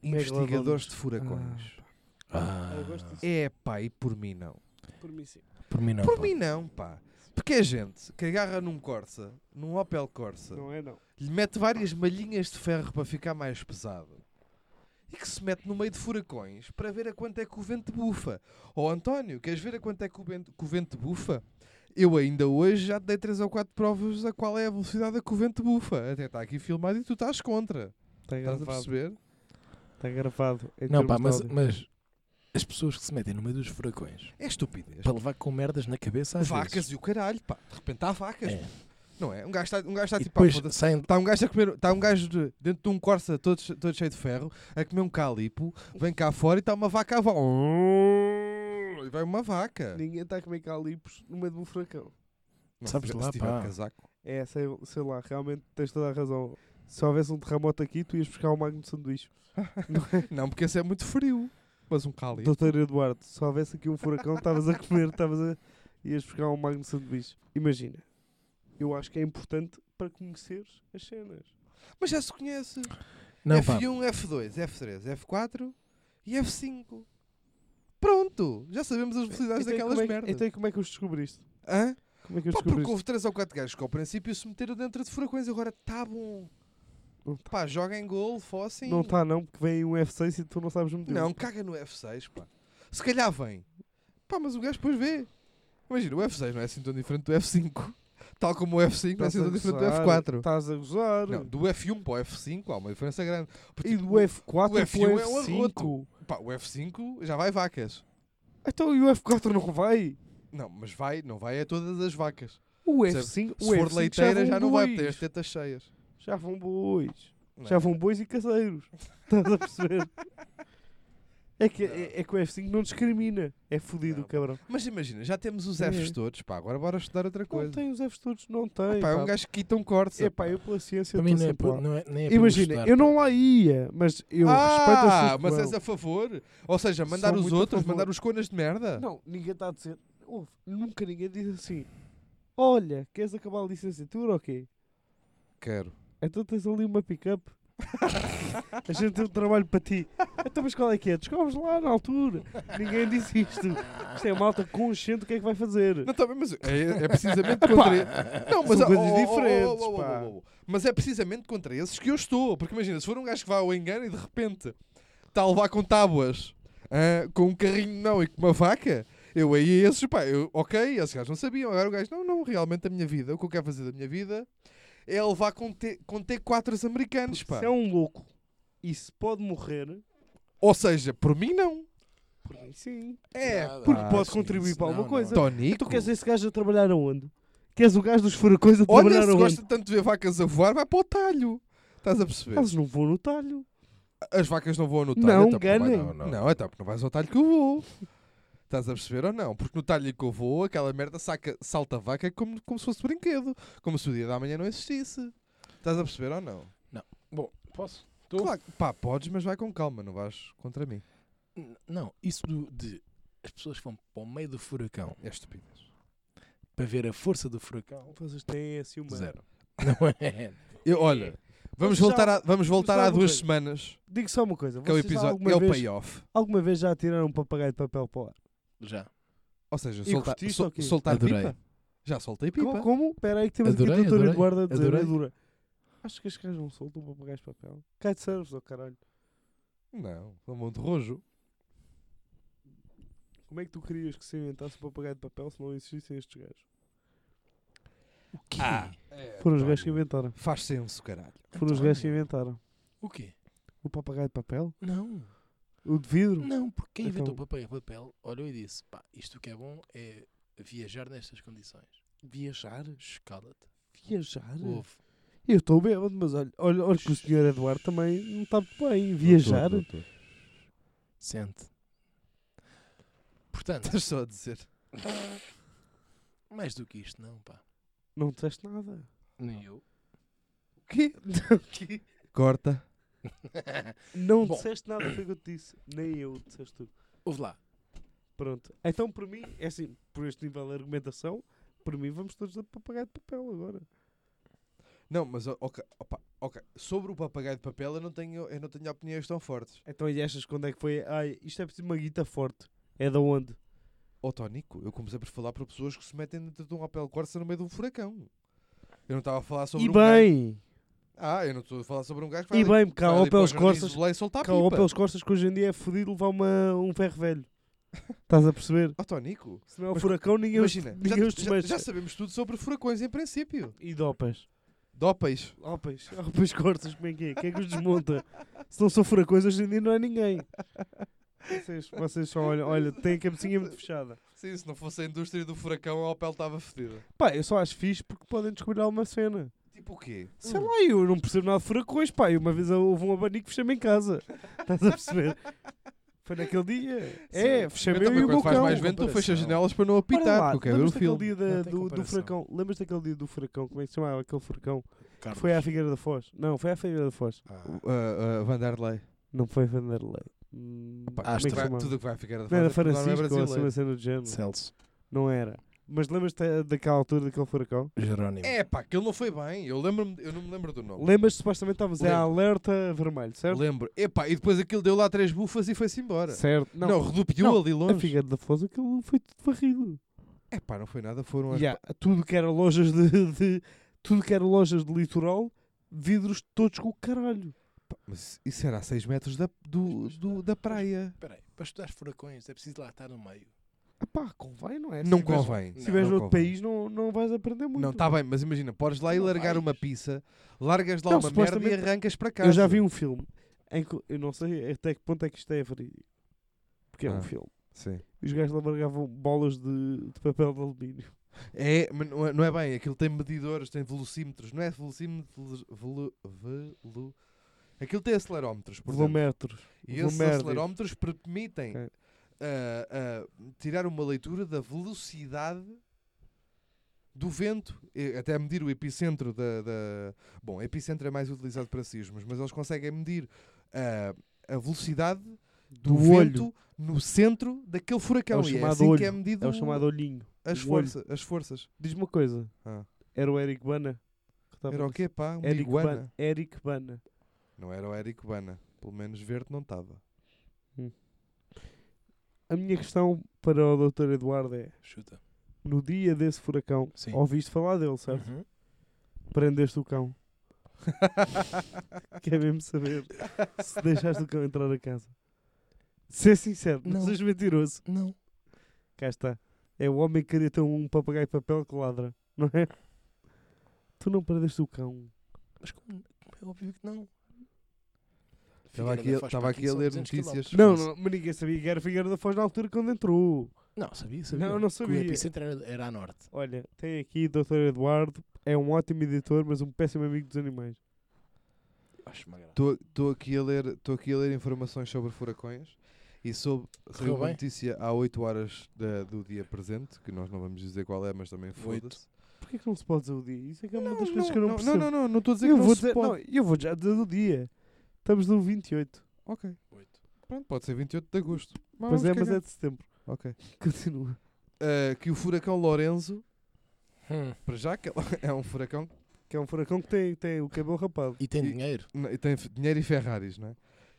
Speaker 3: Megalodons.
Speaker 1: investigadores de furacões.
Speaker 2: Ah,
Speaker 3: Eu gosto disso.
Speaker 1: É pá, e por mim não.
Speaker 3: É Por mim sim.
Speaker 2: por mim não.
Speaker 1: Por
Speaker 2: pá.
Speaker 1: mim não, pá. Porque é gente que agarra num Corsa, num Opel Corsa,
Speaker 3: Não é não.
Speaker 1: lhe mete várias malhinhas de ferro para ficar mais pesado. E que se mete no meio de furacões para ver a quanto é que o vento bufa. Ó António, queres ver a quanto é que o vento, que o vento bufa? Eu ainda hoje já te dei 3 ou 4 provas a qual é a velocidade a que o vento bufa. Até está aqui filmado e tu estás contra.
Speaker 3: Está
Speaker 1: Estás a
Speaker 3: Tá gravado.
Speaker 1: perceber?
Speaker 3: Está gravado. É em
Speaker 2: Não, pá,
Speaker 3: termos de
Speaker 2: mas,
Speaker 3: áudio.
Speaker 2: mas as pessoas que se metem no meio dos furacões
Speaker 1: É estupidez.
Speaker 2: para levar com merdas na cabeça às
Speaker 1: Vacas
Speaker 2: vezes.
Speaker 1: e o caralho, pá. De repente há vacas.
Speaker 2: É.
Speaker 1: Não é? Um gajo está um gajo está
Speaker 2: E
Speaker 1: tipo, ah,
Speaker 2: depois
Speaker 1: foda-se.
Speaker 2: saem
Speaker 1: Está um gajo a comer, está um gajo de- dentro de um Corsa todo, che- todo cheio de ferro, a comer um calipo, vem cá fora e está uma vaca a voar. E vai uma vaca.
Speaker 3: Ninguém está a comer calipos no meio de um furacão.
Speaker 1: Não,
Speaker 2: Sabes
Speaker 1: se-
Speaker 2: lá,
Speaker 1: se tiver de
Speaker 2: pá.
Speaker 1: casaco.
Speaker 3: É, sei, sei lá, realmente tens toda a razão. Se houvesse um terremoto aqui, tu ias buscar um magno de sanduíche.
Speaker 1: Não, porque esse é muito frio. Mas um calipo.
Speaker 3: Doutor Eduardo, se houvesse aqui um furacão, estavas a comer, estavas a. ias buscar um magno de sanduíche. Imagina, eu acho que é importante para conheceres as cenas.
Speaker 1: Mas já se conhece.
Speaker 2: Não, pá.
Speaker 1: F1, F2, F3, F4 e F5. Pronto. Já sabemos as velocidades
Speaker 3: Então e
Speaker 1: daquelas
Speaker 3: como é, que-
Speaker 1: merdas.
Speaker 3: Então e como é que os descobriste?
Speaker 1: Hã?
Speaker 3: Como é que os
Speaker 1: Pá, porque
Speaker 3: descobriste?
Speaker 1: houve 3 ou 4 gajos que ao princípio se meteram dentro de furacões e agora tá bom.
Speaker 3: Não tá.
Speaker 1: Pá, joguem gol, fossem.
Speaker 3: Não está não, porque vem um F6 e tu não sabes meter.
Speaker 1: Não, caga no F6, pá. Se calhar vem. Pá, mas o gajo depois vê. Imagina, o F6 não é assim tão diferente do F5. Tal como o F5 não é assim tão diferente do F4.
Speaker 3: Estás a gozar.
Speaker 1: Não, do F1 para o F5 há uma diferença grande. Porque,
Speaker 3: E
Speaker 1: tipo,
Speaker 3: do F4
Speaker 1: o F1 é
Speaker 3: para
Speaker 1: um
Speaker 3: o F5.
Speaker 1: arroto. pá, o F5 já vai vacas.
Speaker 3: Então e o F4 não vai?
Speaker 1: Não, mas vai, não vai a todas as vacas.
Speaker 3: O
Speaker 1: Percebe?
Speaker 3: F5,
Speaker 1: Se
Speaker 3: o F5
Speaker 1: for leiteira já,
Speaker 3: vão
Speaker 1: não vai
Speaker 3: bois.
Speaker 1: ter as tetas cheias.
Speaker 3: Já vão bois.
Speaker 1: Não é?
Speaker 3: Já vão bois e caseiros. Estás a perceber? É que, é, é que o F5 não discrimina. É fodido,
Speaker 1: Não, pá.
Speaker 3: cabrão.
Speaker 1: Mas imagina, já temos os
Speaker 3: É.
Speaker 1: Fs todos, pá, agora bora estudar outra
Speaker 3: Não
Speaker 1: coisa.
Speaker 3: tem os Fs todos, não tem.
Speaker 1: Ah, pá, é um gajo que quita um corte.
Speaker 3: é pá, eu pela ciência
Speaker 2: Para mim
Speaker 3: estou
Speaker 2: não é,
Speaker 3: sempre
Speaker 2: por,
Speaker 3: lá.
Speaker 2: não é, nem é pelo
Speaker 3: Imagina,
Speaker 2: estudar,
Speaker 3: eu
Speaker 2: pá.
Speaker 3: não lá ia, mas eu respeito a
Speaker 1: ah,
Speaker 3: sua
Speaker 1: mas
Speaker 3: opinião.
Speaker 1: és a favor? Ou seja, mandar
Speaker 3: Sou
Speaker 1: os
Speaker 3: muito a
Speaker 1: outros,
Speaker 3: favor.
Speaker 1: mandar os conas de merda?
Speaker 3: Não, ninguém está a dizer. Ouve, nunca ninguém diz assim. Olha, queres acabar a licenciatura ou quê?
Speaker 1: Quero.
Speaker 3: Então tens ali uma pick-up. A gente tem um trabalho para ti. Então, mas qual é que é? Descobres lá na altura. Ninguém disse isto. Isto é malta consciente do que é que vai fazer.
Speaker 1: Não, tá bem, mas é, é precisamente contra. Não, mas
Speaker 3: São
Speaker 1: ah,
Speaker 3: coisas
Speaker 1: oh, oh, oh,
Speaker 3: diferentes,
Speaker 1: oh, oh, oh,
Speaker 3: pá.
Speaker 1: oh, oh, oh. Mas é precisamente contra esses que eu estou. Porque imagina, se for um gajo que vá ao engano e de repente está a levar com tábuas, ah, com um carrinho não e com uma vaca, eu aí esses, pá, eu, ok, esses gajos não sabiam. Agora o gajo, não, não, realmente a minha vida, o que eu quero fazer da minha vida é levar com, T, com T4s americanos, pá.
Speaker 3: Se é um louco e se pode morrer,
Speaker 1: Ou seja, por mim não.
Speaker 3: por mim sim.
Speaker 1: É,
Speaker 2: Nada.
Speaker 3: porque
Speaker 2: Ah,
Speaker 3: pode
Speaker 2: sim,
Speaker 3: contribuir
Speaker 2: isso
Speaker 3: para alguma
Speaker 2: não,
Speaker 3: coisa.
Speaker 2: não.
Speaker 1: Tonico.
Speaker 3: Tu queres esse gajo a trabalhar aonde? Queres o gajo dos furacões a
Speaker 1: Olha,
Speaker 3: trabalhar
Speaker 1: se
Speaker 3: aonde?
Speaker 1: gosta tanto de ver vacas a voar, vai para o talho. Estás a perceber?
Speaker 3: Eles não vão no talho.
Speaker 1: As vacas não voam no talho.
Speaker 3: Não,
Speaker 1: então porque
Speaker 3: enganem.
Speaker 1: vai- Não, não, então porque não vais ao talho que eu vou. Estás a perceber ou não? Porque no talho que eu vou, aquela merda saca, salta a vaca como, como se fosse brinquedo. Como se o dia da manhã não existisse. Estás a perceber ou não?
Speaker 2: Bom, posso? Tô?
Speaker 1: Claro, que- pá, podes, mas vai com calma, não vais contra mim.
Speaker 2: N- Não, isso do- de as pessoas que vão para o meio do furacão
Speaker 1: É estupidez.
Speaker 2: para ver a força do furacão,
Speaker 3: Vocês têm assim uma.
Speaker 2: zero. Não é?
Speaker 1: Eu, olha, vamos
Speaker 3: já-
Speaker 1: voltar, a, vamos voltar
Speaker 3: já
Speaker 1: há
Speaker 3: alguma
Speaker 1: duas
Speaker 3: coisa.
Speaker 1: semanas,
Speaker 3: Digo só uma coisa.
Speaker 1: que é o
Speaker 3: Vocês
Speaker 1: episódio,
Speaker 3: alguma,
Speaker 1: é o
Speaker 3: vez,
Speaker 1: payoff.
Speaker 3: alguma vez já tiraram um papagaio de papel para o ar?
Speaker 2: Já.
Speaker 1: Ou seja,
Speaker 3: E
Speaker 1: soltar,
Speaker 3: curtiste
Speaker 1: sol-
Speaker 3: ou quê?
Speaker 1: soltar
Speaker 2: Adorei.
Speaker 1: pipa. Já soltei pipa.
Speaker 3: Como? como? Espera aí que temos
Speaker 2: Adorei,
Speaker 3: aqui o doutor
Speaker 2: adorei,
Speaker 3: Eduardo a dizer
Speaker 2: adorei.
Speaker 3: adora. Acho que as caras não soltam papagaios de papel. Cai de servos, oh caralho.
Speaker 1: Não, é um monte de rojo.
Speaker 3: Como é que tu querias que se inventasse o papagaio de papel se não existissem estes gajos?
Speaker 2: O quê?
Speaker 1: Ah.
Speaker 3: Foram os gajos que inventaram.
Speaker 1: Faz senso, caralho.
Speaker 3: Foram os
Speaker 2: É, António.
Speaker 3: gajos que inventaram.
Speaker 2: então, O quê?
Speaker 3: O papagaio de papel?
Speaker 2: Não.
Speaker 3: O de vidro?
Speaker 2: Não, porque quem inventou o
Speaker 3: Então-
Speaker 2: papel, papel olhou e disse: pá, isto que é bom é viajar nestas condições.
Speaker 3: Viajar?
Speaker 2: Escala-te.
Speaker 3: Viajar?
Speaker 2: Ouve.
Speaker 3: Eu estou bêbado, mas olha, olha, olha que o senhor Eduardo também não está muito bem. Viajar?
Speaker 2: Sente. Portanto,
Speaker 1: Estás só a dizer.
Speaker 2: mais do que isto, não, pá.
Speaker 3: Não disseste nada.
Speaker 2: Nem eu.
Speaker 1: O quê? Corta.
Speaker 3: Não
Speaker 2: Bom.
Speaker 3: disseste nada, foi o que eu te disse. Nem eu disseste tu.
Speaker 2: Ouve lá.
Speaker 3: Pronto. Então, para mim, é assim, por este nível de argumentação, para mim vamos todos a papagaio de papel agora.
Speaker 1: Não, mas ó, ok, opa, ok. Sobre o papagaio de papel eu não tenho, eu não tenho opiniões tão fortes.
Speaker 3: Então, e achas quando é que foi? Ai, isto é preciso uma guita forte. É da onde?
Speaker 1: Ó Tónico, eu comecei por falar para pessoas que se metem dentro de um papel corsa no meio de um furacão. Eu não estava a falar sobre
Speaker 3: e
Speaker 1: um gajo.
Speaker 3: bem,
Speaker 1: Ah, eu não estou a falar sobre um gajo que vai
Speaker 3: e
Speaker 1: ali-
Speaker 3: bem, porque
Speaker 1: vai
Speaker 3: há
Speaker 1: ali para os
Speaker 3: pelas
Speaker 1: jardins
Speaker 3: costas,
Speaker 1: do Lé e soltar
Speaker 3: cá há
Speaker 1: pipa.
Speaker 3: pelas costas que hoje em dia é fodido levar uma, um ferro velho. Estás a perceber?
Speaker 1: Ó Tónico,
Speaker 3: Se não é um
Speaker 1: Mas
Speaker 3: furacão, ninguém os-
Speaker 1: imagina, já,
Speaker 3: ninguém os
Speaker 1: já- já
Speaker 3: desmancha.
Speaker 1: sabemos tudo sobre furacões em princípio.
Speaker 3: E dopas.
Speaker 1: Dópeis.
Speaker 3: Opas, opas cortas, como é que é? Quem é que os desmonta? Se não são furacões, hoje em dia não é ninguém. Vocês, vocês só olham, olha, tem a cabecinha muito fechada.
Speaker 1: Sim, se não fosse a indústria do furacão, a Opel estava fedida.
Speaker 3: Pá, eu só acho fixe porque podem descobrir alguma cena.
Speaker 1: Tipo o quê?
Speaker 3: Sei lá, eu não percebo nada de furacões, pá. E uma vez houve um abanico que fechei-me em casa. Estás a perceber? Foi naquele dia. É,
Speaker 2: Sim.
Speaker 1: Eu
Speaker 3: fechei-me eu
Speaker 1: também,
Speaker 3: e o
Speaker 1: Então, quando
Speaker 3: meu
Speaker 1: faz
Speaker 3: cão.
Speaker 1: mais vento, tu
Speaker 2: comparação.
Speaker 1: fechas as janelas para não apitar,
Speaker 3: Olha lá,
Speaker 1: porque eu quero ver o
Speaker 3: lembras-te daquele
Speaker 1: filme.
Speaker 3: dia
Speaker 2: Não
Speaker 3: da-
Speaker 2: tem
Speaker 3: do, do
Speaker 2: comparação.
Speaker 3: furacão? Lembras daquele dia do furacão? Como é que se chamava aquele furacão? Que foi à Figueira da Foz. Não, foi à Figueira da Foz.
Speaker 1: Uh, uh, Vanderlei.
Speaker 3: Não foi Vanderlei. Hum,
Speaker 1: Pá,
Speaker 3: como é que
Speaker 2: Astro.
Speaker 3: se
Speaker 1: Vai-
Speaker 3: chamava?
Speaker 1: Tudo o que vai ficar de
Speaker 3: Não era
Speaker 1: Vanderlei, não é
Speaker 3: Francisco ou assim
Speaker 1: brasileiro.
Speaker 3: uma cena do género.
Speaker 2: Celso.
Speaker 3: Não era. Mas lembras-te eh, daquela altura, daquele furacão?
Speaker 2: Jerónimo.
Speaker 1: É pá, aquilo não foi bem. Eu lembro-me, eu não me lembro do nome.
Speaker 3: Lembras-te supostamente estávamos em
Speaker 1: Lembro.
Speaker 3: alerta vermelho, certo?
Speaker 1: Lembro. Epá, e depois aquilo deu lá três bufas e foi-se embora.
Speaker 3: Certo.
Speaker 1: Não,
Speaker 3: Não,
Speaker 1: redupiou
Speaker 3: Não,
Speaker 1: ali
Speaker 3: a
Speaker 1: longe.
Speaker 3: Figueira da Foz aquilo foi tudo varrido.
Speaker 1: Epá, não foi nada, foram as...
Speaker 3: E há tudo que era lojas de, de- Tudo que era lojas de litoral, vidros todos com o caralho.
Speaker 1: Pá, Mas isso era a 6 metros da, do, do- da praia.
Speaker 2: Espera aí, para estudar furacões é preciso lá estar no meio.
Speaker 3: Ah pá, convém, não é?
Speaker 1: Não
Speaker 3: Se tiveres-
Speaker 1: convém.
Speaker 3: Se
Speaker 2: Não,
Speaker 3: estiveres
Speaker 1: não
Speaker 3: noutro
Speaker 1: convém.
Speaker 3: país, não, não tá vais aprender muito.
Speaker 1: Não, está bem, mas imagina, podes lá e
Speaker 2: Não
Speaker 1: largar
Speaker 2: vais.
Speaker 1: uma pizza, largas lá
Speaker 3: Não,
Speaker 1: uma merda e
Speaker 3: supostamente-
Speaker 1: arrancas para casa.
Speaker 3: Eu já vi um filme em que eu não sei até que ponto é que isto é verídico. Porque é
Speaker 1: Ah.
Speaker 3: um filme.
Speaker 1: Sim.
Speaker 3: Os gajos largavam bolas de, de papel de alumínio.
Speaker 1: É, mas não é, não é bem, aquilo tem medidores, tem velocímetros, não é velocímetros, velo, velo, aquilo tem acelerómetros, por exemplo.
Speaker 3: Volumetros.
Speaker 1: E esses
Speaker 3: volumétrios.
Speaker 1: acelerómetros permitem
Speaker 3: Ok.
Speaker 1: ah, ah, tirar uma leitura da velocidade do vento, e até medir o epicentro da, da- Bom, epicentro é mais utilizado para sismos, mas eles conseguem medir ah, a velocidade do,
Speaker 3: Do olho.
Speaker 1: vento no centro daquele furacão.
Speaker 3: É o
Speaker 1: e é
Speaker 3: chamado
Speaker 1: assim que é
Speaker 3: olho.
Speaker 1: medido
Speaker 3: É o chamado olhinho.
Speaker 1: as,
Speaker 3: o olho.
Speaker 1: força, as forças.
Speaker 3: Diz-me uma coisa.
Speaker 1: Ah.
Speaker 3: Era o Eric Bana? que estava-
Speaker 1: Era o quê, pá? Uma
Speaker 3: Eric
Speaker 1: iguana.
Speaker 3: Bana. Eric Bana.
Speaker 1: Não era o Eric Bana. Pelo menos verde não estava.
Speaker 3: A minha questão para o Dr. Eduardo é:
Speaker 2: Chuta.
Speaker 3: no dia desse furacão,
Speaker 2: Sim.
Speaker 3: ouviste falar dele, certo?
Speaker 2: Uhum.
Speaker 3: Prendeste o cão. Quer mesmo saber se deixaste o cão entrar a casa. Ser sincero, não,
Speaker 2: Não.
Speaker 3: sejas mentiroso.
Speaker 2: Não.
Speaker 3: Cá está. É o homem que queria ter um papagaio de papel que ladra, não é? Tu não perdeste o cão.
Speaker 2: Mas como, como é óbvio que não?
Speaker 1: Estava aqui,
Speaker 2: Figueira da Foz
Speaker 1: estava
Speaker 2: para
Speaker 1: aqui a
Speaker 2: são
Speaker 1: ler
Speaker 2: 200
Speaker 1: notícias.
Speaker 2: quilómetros.
Speaker 3: Não, não, mas ninguém sabia que era Figueira da Foz na altura quando entrou.
Speaker 2: Não, sabia, sabia.
Speaker 3: Não, não
Speaker 2: Que
Speaker 3: sabia.
Speaker 2: O epicentro era, era à norte.
Speaker 3: Olha, tem aqui o Dr. Eduardo, é um ótimo editor, mas um péssimo amigo dos animais.
Speaker 2: Acho uma graça.
Speaker 1: Estou aqui, a ler- tô aqui a ler informações sobre furacões e soube saiu
Speaker 2: Correu
Speaker 1: uma
Speaker 2: bem?
Speaker 1: notícia há 8 horas da- do dia presente, que nós não vamos dizer qual é, mas também foda-se.
Speaker 3: Porquê que não se pode dizer o dia? Isso é que é uma
Speaker 1: Não,
Speaker 3: das coisas
Speaker 1: não,
Speaker 3: que eu não,
Speaker 1: não,
Speaker 3: percebo.
Speaker 1: Não, não, não, não estou a dizer
Speaker 3: eu
Speaker 1: que
Speaker 3: vou
Speaker 1: não se
Speaker 3: dizer,
Speaker 1: pode.
Speaker 3: não, eu vou já dizer o dia. Estamos no 28.
Speaker 1: Ok.
Speaker 2: Oito.
Speaker 1: Pronto, pode ser 28 de agosto.
Speaker 3: Pois é,
Speaker 1: vamos
Speaker 3: mas é
Speaker 1: cagar.
Speaker 3: de setembro.
Speaker 1: Ok.
Speaker 3: Continua.
Speaker 1: Ah, que o furacão Lorenzo,
Speaker 2: Hum.
Speaker 1: para já, que é um furacão
Speaker 3: Que é um furacão que tem, tem o cabelo rapado.
Speaker 2: E tem
Speaker 1: E-
Speaker 2: dinheiro.
Speaker 1: Não, e tem f- dinheiro e Ferraris, não é?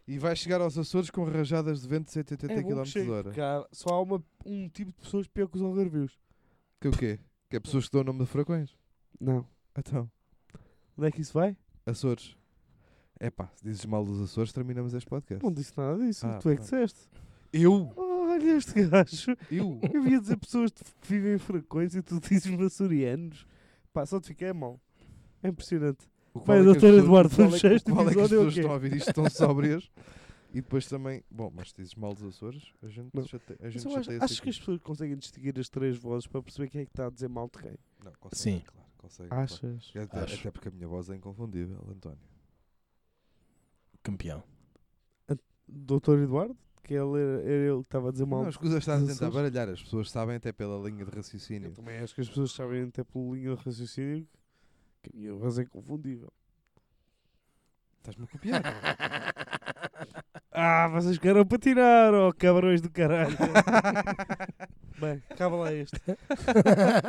Speaker 1: E vai chegar aos Açores com rajadas de vento de 180
Speaker 3: é bom que
Speaker 1: km
Speaker 3: chegue,
Speaker 1: de hora.
Speaker 3: porque há- só há uma, um tipo de pessoas pior que os algarvios.
Speaker 1: Que o quê? Que é pessoas que dão o nome de furacões?
Speaker 3: Não.
Speaker 1: Então,
Speaker 3: Onde é que isso vai?
Speaker 1: Açores. Epá, se dizes mal dos Açores, terminamos este podcast.
Speaker 3: Não disse nada disso.
Speaker 1: Ah,
Speaker 3: tu é que
Speaker 1: pronto.
Speaker 3: disseste.
Speaker 1: Eu?
Speaker 3: Olha este gajo.
Speaker 1: Eu?
Speaker 3: Eu ia dizer pessoas de- que vivem em furacões e tu dizes-me açorianos. Pá, só te fiquei mal. É impressionante.
Speaker 1: O que
Speaker 3: Vai,
Speaker 1: vale é que as
Speaker 3: Dr.
Speaker 1: pessoas-
Speaker 3: Eduardo,
Speaker 1: o que vale
Speaker 3: vamos
Speaker 1: é que-
Speaker 3: este
Speaker 1: o que vale é que as
Speaker 3: episódio
Speaker 1: pessoas
Speaker 3: ou quê?
Speaker 1: estão a ouvir isto estão sóbrias. E depois também... Bom, mas se dizes mal dos Açores, a gente
Speaker 3: Não.
Speaker 1: chateia a
Speaker 3: Mas
Speaker 1: gente
Speaker 3: eu acho,
Speaker 1: chateia-se
Speaker 3: acho que
Speaker 1: aqui.
Speaker 3: as pessoas conseguem distinguir as três vozes para perceber quem é que está a dizer mal de quem.
Speaker 1: Não, consegue,
Speaker 2: Sim.
Speaker 1: claro, consegue. claro.
Speaker 3: Achas?
Speaker 1: Até,
Speaker 2: Acho.
Speaker 1: até porque a minha voz é inconfundível, António.
Speaker 2: Campeão.
Speaker 3: Doutor Eduardo? Que ele era, era ele que estava a dizer mal.
Speaker 1: Não, escusa, estás a
Speaker 3: dos
Speaker 1: tentar
Speaker 3: Açores.
Speaker 1: baralhar. As pessoas sabem até pela linha de raciocínio.
Speaker 3: Eu também acho que as pessoas sabem até pelo linha de raciocínio que a minha voz é confundível.
Speaker 1: Estás-me a copiar.
Speaker 3: Ah, vocês querem patinar, ó cabrões do caralho. Bem, acaba lá este.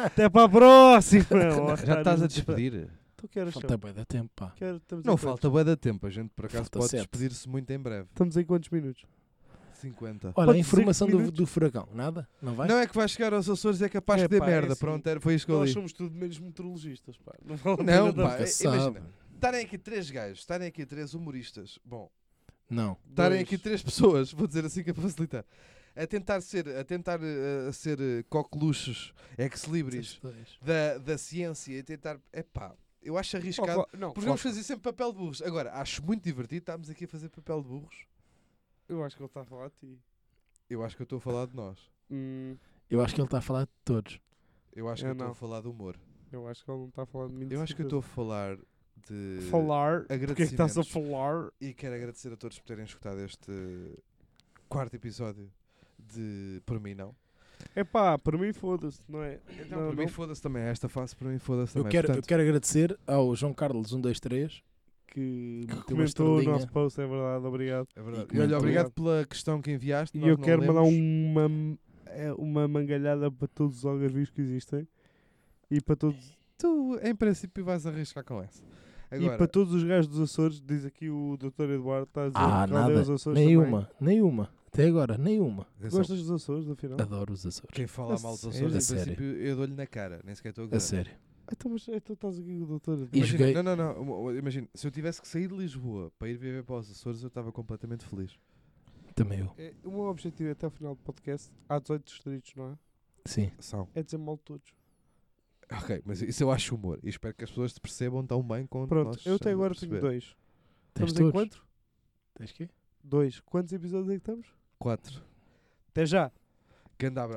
Speaker 3: Até para a próxima! ó Então
Speaker 1: Já estás a
Speaker 3: otários.
Speaker 1: despedir?
Speaker 3: Tu queres
Speaker 2: Falta bem da tempo, pá.
Speaker 3: Que hora estamos
Speaker 1: Não
Speaker 3: em quantos?
Speaker 1: falta bué da tempo. A gente, por acaso,
Speaker 2: Falta
Speaker 1: pode
Speaker 2: sete.
Speaker 1: despedir-se muito em breve.
Speaker 3: Estamos em quantos minutos?
Speaker 1: 50.
Speaker 2: Olha,
Speaker 3: Pode
Speaker 2: a
Speaker 3: dizer
Speaker 2: informação
Speaker 3: que
Speaker 2: do,
Speaker 3: minutos?
Speaker 2: do furacão. Nada? Não vai?
Speaker 1: Não é que vai chegar aos Açores, é capaz de
Speaker 3: Epá,
Speaker 1: dê
Speaker 3: é
Speaker 1: merda.
Speaker 3: assim,
Speaker 1: Pronto, era, foi isto que eu
Speaker 3: Nós
Speaker 1: li.
Speaker 3: somos tudo menos meteorologistas, pá. Não, vale a pena
Speaker 1: Não,
Speaker 3: dar-
Speaker 1: pá,
Speaker 2: Nunca
Speaker 1: é-
Speaker 2: se sabe.
Speaker 1: imagina. Estarem aqui três gajos, estarem aqui três humoristas. Bom,
Speaker 2: Não.
Speaker 1: estarem
Speaker 3: Dois.
Speaker 1: aqui três pessoas, vou dizer assim que é para facilitar. A tentar ser, a tentar eh, a ser eh, coqueluches, ex-libris da, da ciência e tentar. Epá, eu acho
Speaker 3: Oh,
Speaker 1: arriscado.
Speaker 3: claro, não,
Speaker 1: Porque
Speaker 3: claro.
Speaker 1: vamos fazer sempre papel de burros. Agora, acho muito divertido estarmos aqui a fazer papel de burros.
Speaker 3: Eu acho que ele está a falar de ti.
Speaker 1: Eu acho que eu estou a falar de nós. Hum.
Speaker 2: Eu acho que ele está a falar de todos.
Speaker 1: Eu acho que
Speaker 3: Eu
Speaker 1: eu estou
Speaker 3: não.
Speaker 1: a falar de humor.
Speaker 3: eu acho que ele não está a falar de mim. de
Speaker 1: Eu acho que eu estou
Speaker 3: certeza.
Speaker 1: a falar de.
Speaker 3: Falar. Porque é que estás a
Speaker 1: agradecimentos.
Speaker 3: falar?
Speaker 1: E quero agradecer a todos por terem escutado este quarto episódio de Por mim não.
Speaker 3: É pá, para mim foda-se, não é?
Speaker 1: Não, Então, para mim foda-se também. é Esta fase para mim foda-se
Speaker 2: Eu
Speaker 1: também.
Speaker 2: quero, eu
Speaker 1: Portanto,
Speaker 2: quero agradecer ao João Carlos 123.
Speaker 3: que
Speaker 2: Que
Speaker 3: comentou o
Speaker 2: estrelinha.
Speaker 3: nosso post, é verdade, obrigado.
Speaker 1: É verdade.
Speaker 2: e
Speaker 1: E olha,
Speaker 2: muito
Speaker 1: obrigado pela questão que enviaste.
Speaker 3: E
Speaker 1: nós
Speaker 3: eu
Speaker 1: não
Speaker 3: quero mandar
Speaker 1: lemos.
Speaker 3: uma, é, uma mangalhada para todos os algarvios que existem e para todos,
Speaker 1: Tu, em princípio, vais arriscar com essa.
Speaker 3: e
Speaker 1: Agora,
Speaker 3: para todos os gajos dos Açores, diz aqui o Dr. Eduardo, está a dizer
Speaker 2: Ah,
Speaker 3: que odeia
Speaker 2: nada.
Speaker 3: os Açores também.
Speaker 2: Nenhuma. Nenhuma. Até agora, nenhuma.
Speaker 1: atenção,
Speaker 3: Gostas dos Açores, afinal?
Speaker 2: Adoro os Açores.
Speaker 1: quem fala
Speaker 3: A
Speaker 1: mal dos
Speaker 3: sério?
Speaker 1: Açores,
Speaker 2: A
Speaker 1: em
Speaker 2: sério?
Speaker 1: princípio, eu dou-lhe na cara. Nem sequer estou a
Speaker 2: A
Speaker 1: gozar.
Speaker 2: sério.
Speaker 3: Então, mas é, tu estás aqui com o Dr. Eduardo.
Speaker 2: E
Speaker 1: Imagina,
Speaker 2: joguei-
Speaker 1: Não, não, não. um- um- Imagina, se eu tivesse que sair de Lisboa para ir viver para os Açores, eu estava completamente feliz.
Speaker 2: Também eu.
Speaker 3: É, O meu objetivo é até ao final do podcast, há 18 distritos, não é?
Speaker 2: Sim.
Speaker 1: São.
Speaker 3: É dizer mal de todos.
Speaker 1: Ok, mas isso eu acho humor. E espero que as pessoas te percebam tão bem quanto
Speaker 3: Pronto,
Speaker 1: nós
Speaker 3: eu até
Speaker 1: estamos a
Speaker 3: agora
Speaker 1: perceber.
Speaker 3: tenho dois.
Speaker 2: Tens
Speaker 3: Estamos em
Speaker 2: todos?
Speaker 3: quanto?
Speaker 2: Tens quê?
Speaker 3: Dois. Quantos episódios é que estamos?
Speaker 1: Quatro.
Speaker 3: Até já!
Speaker 1: Grande abraço.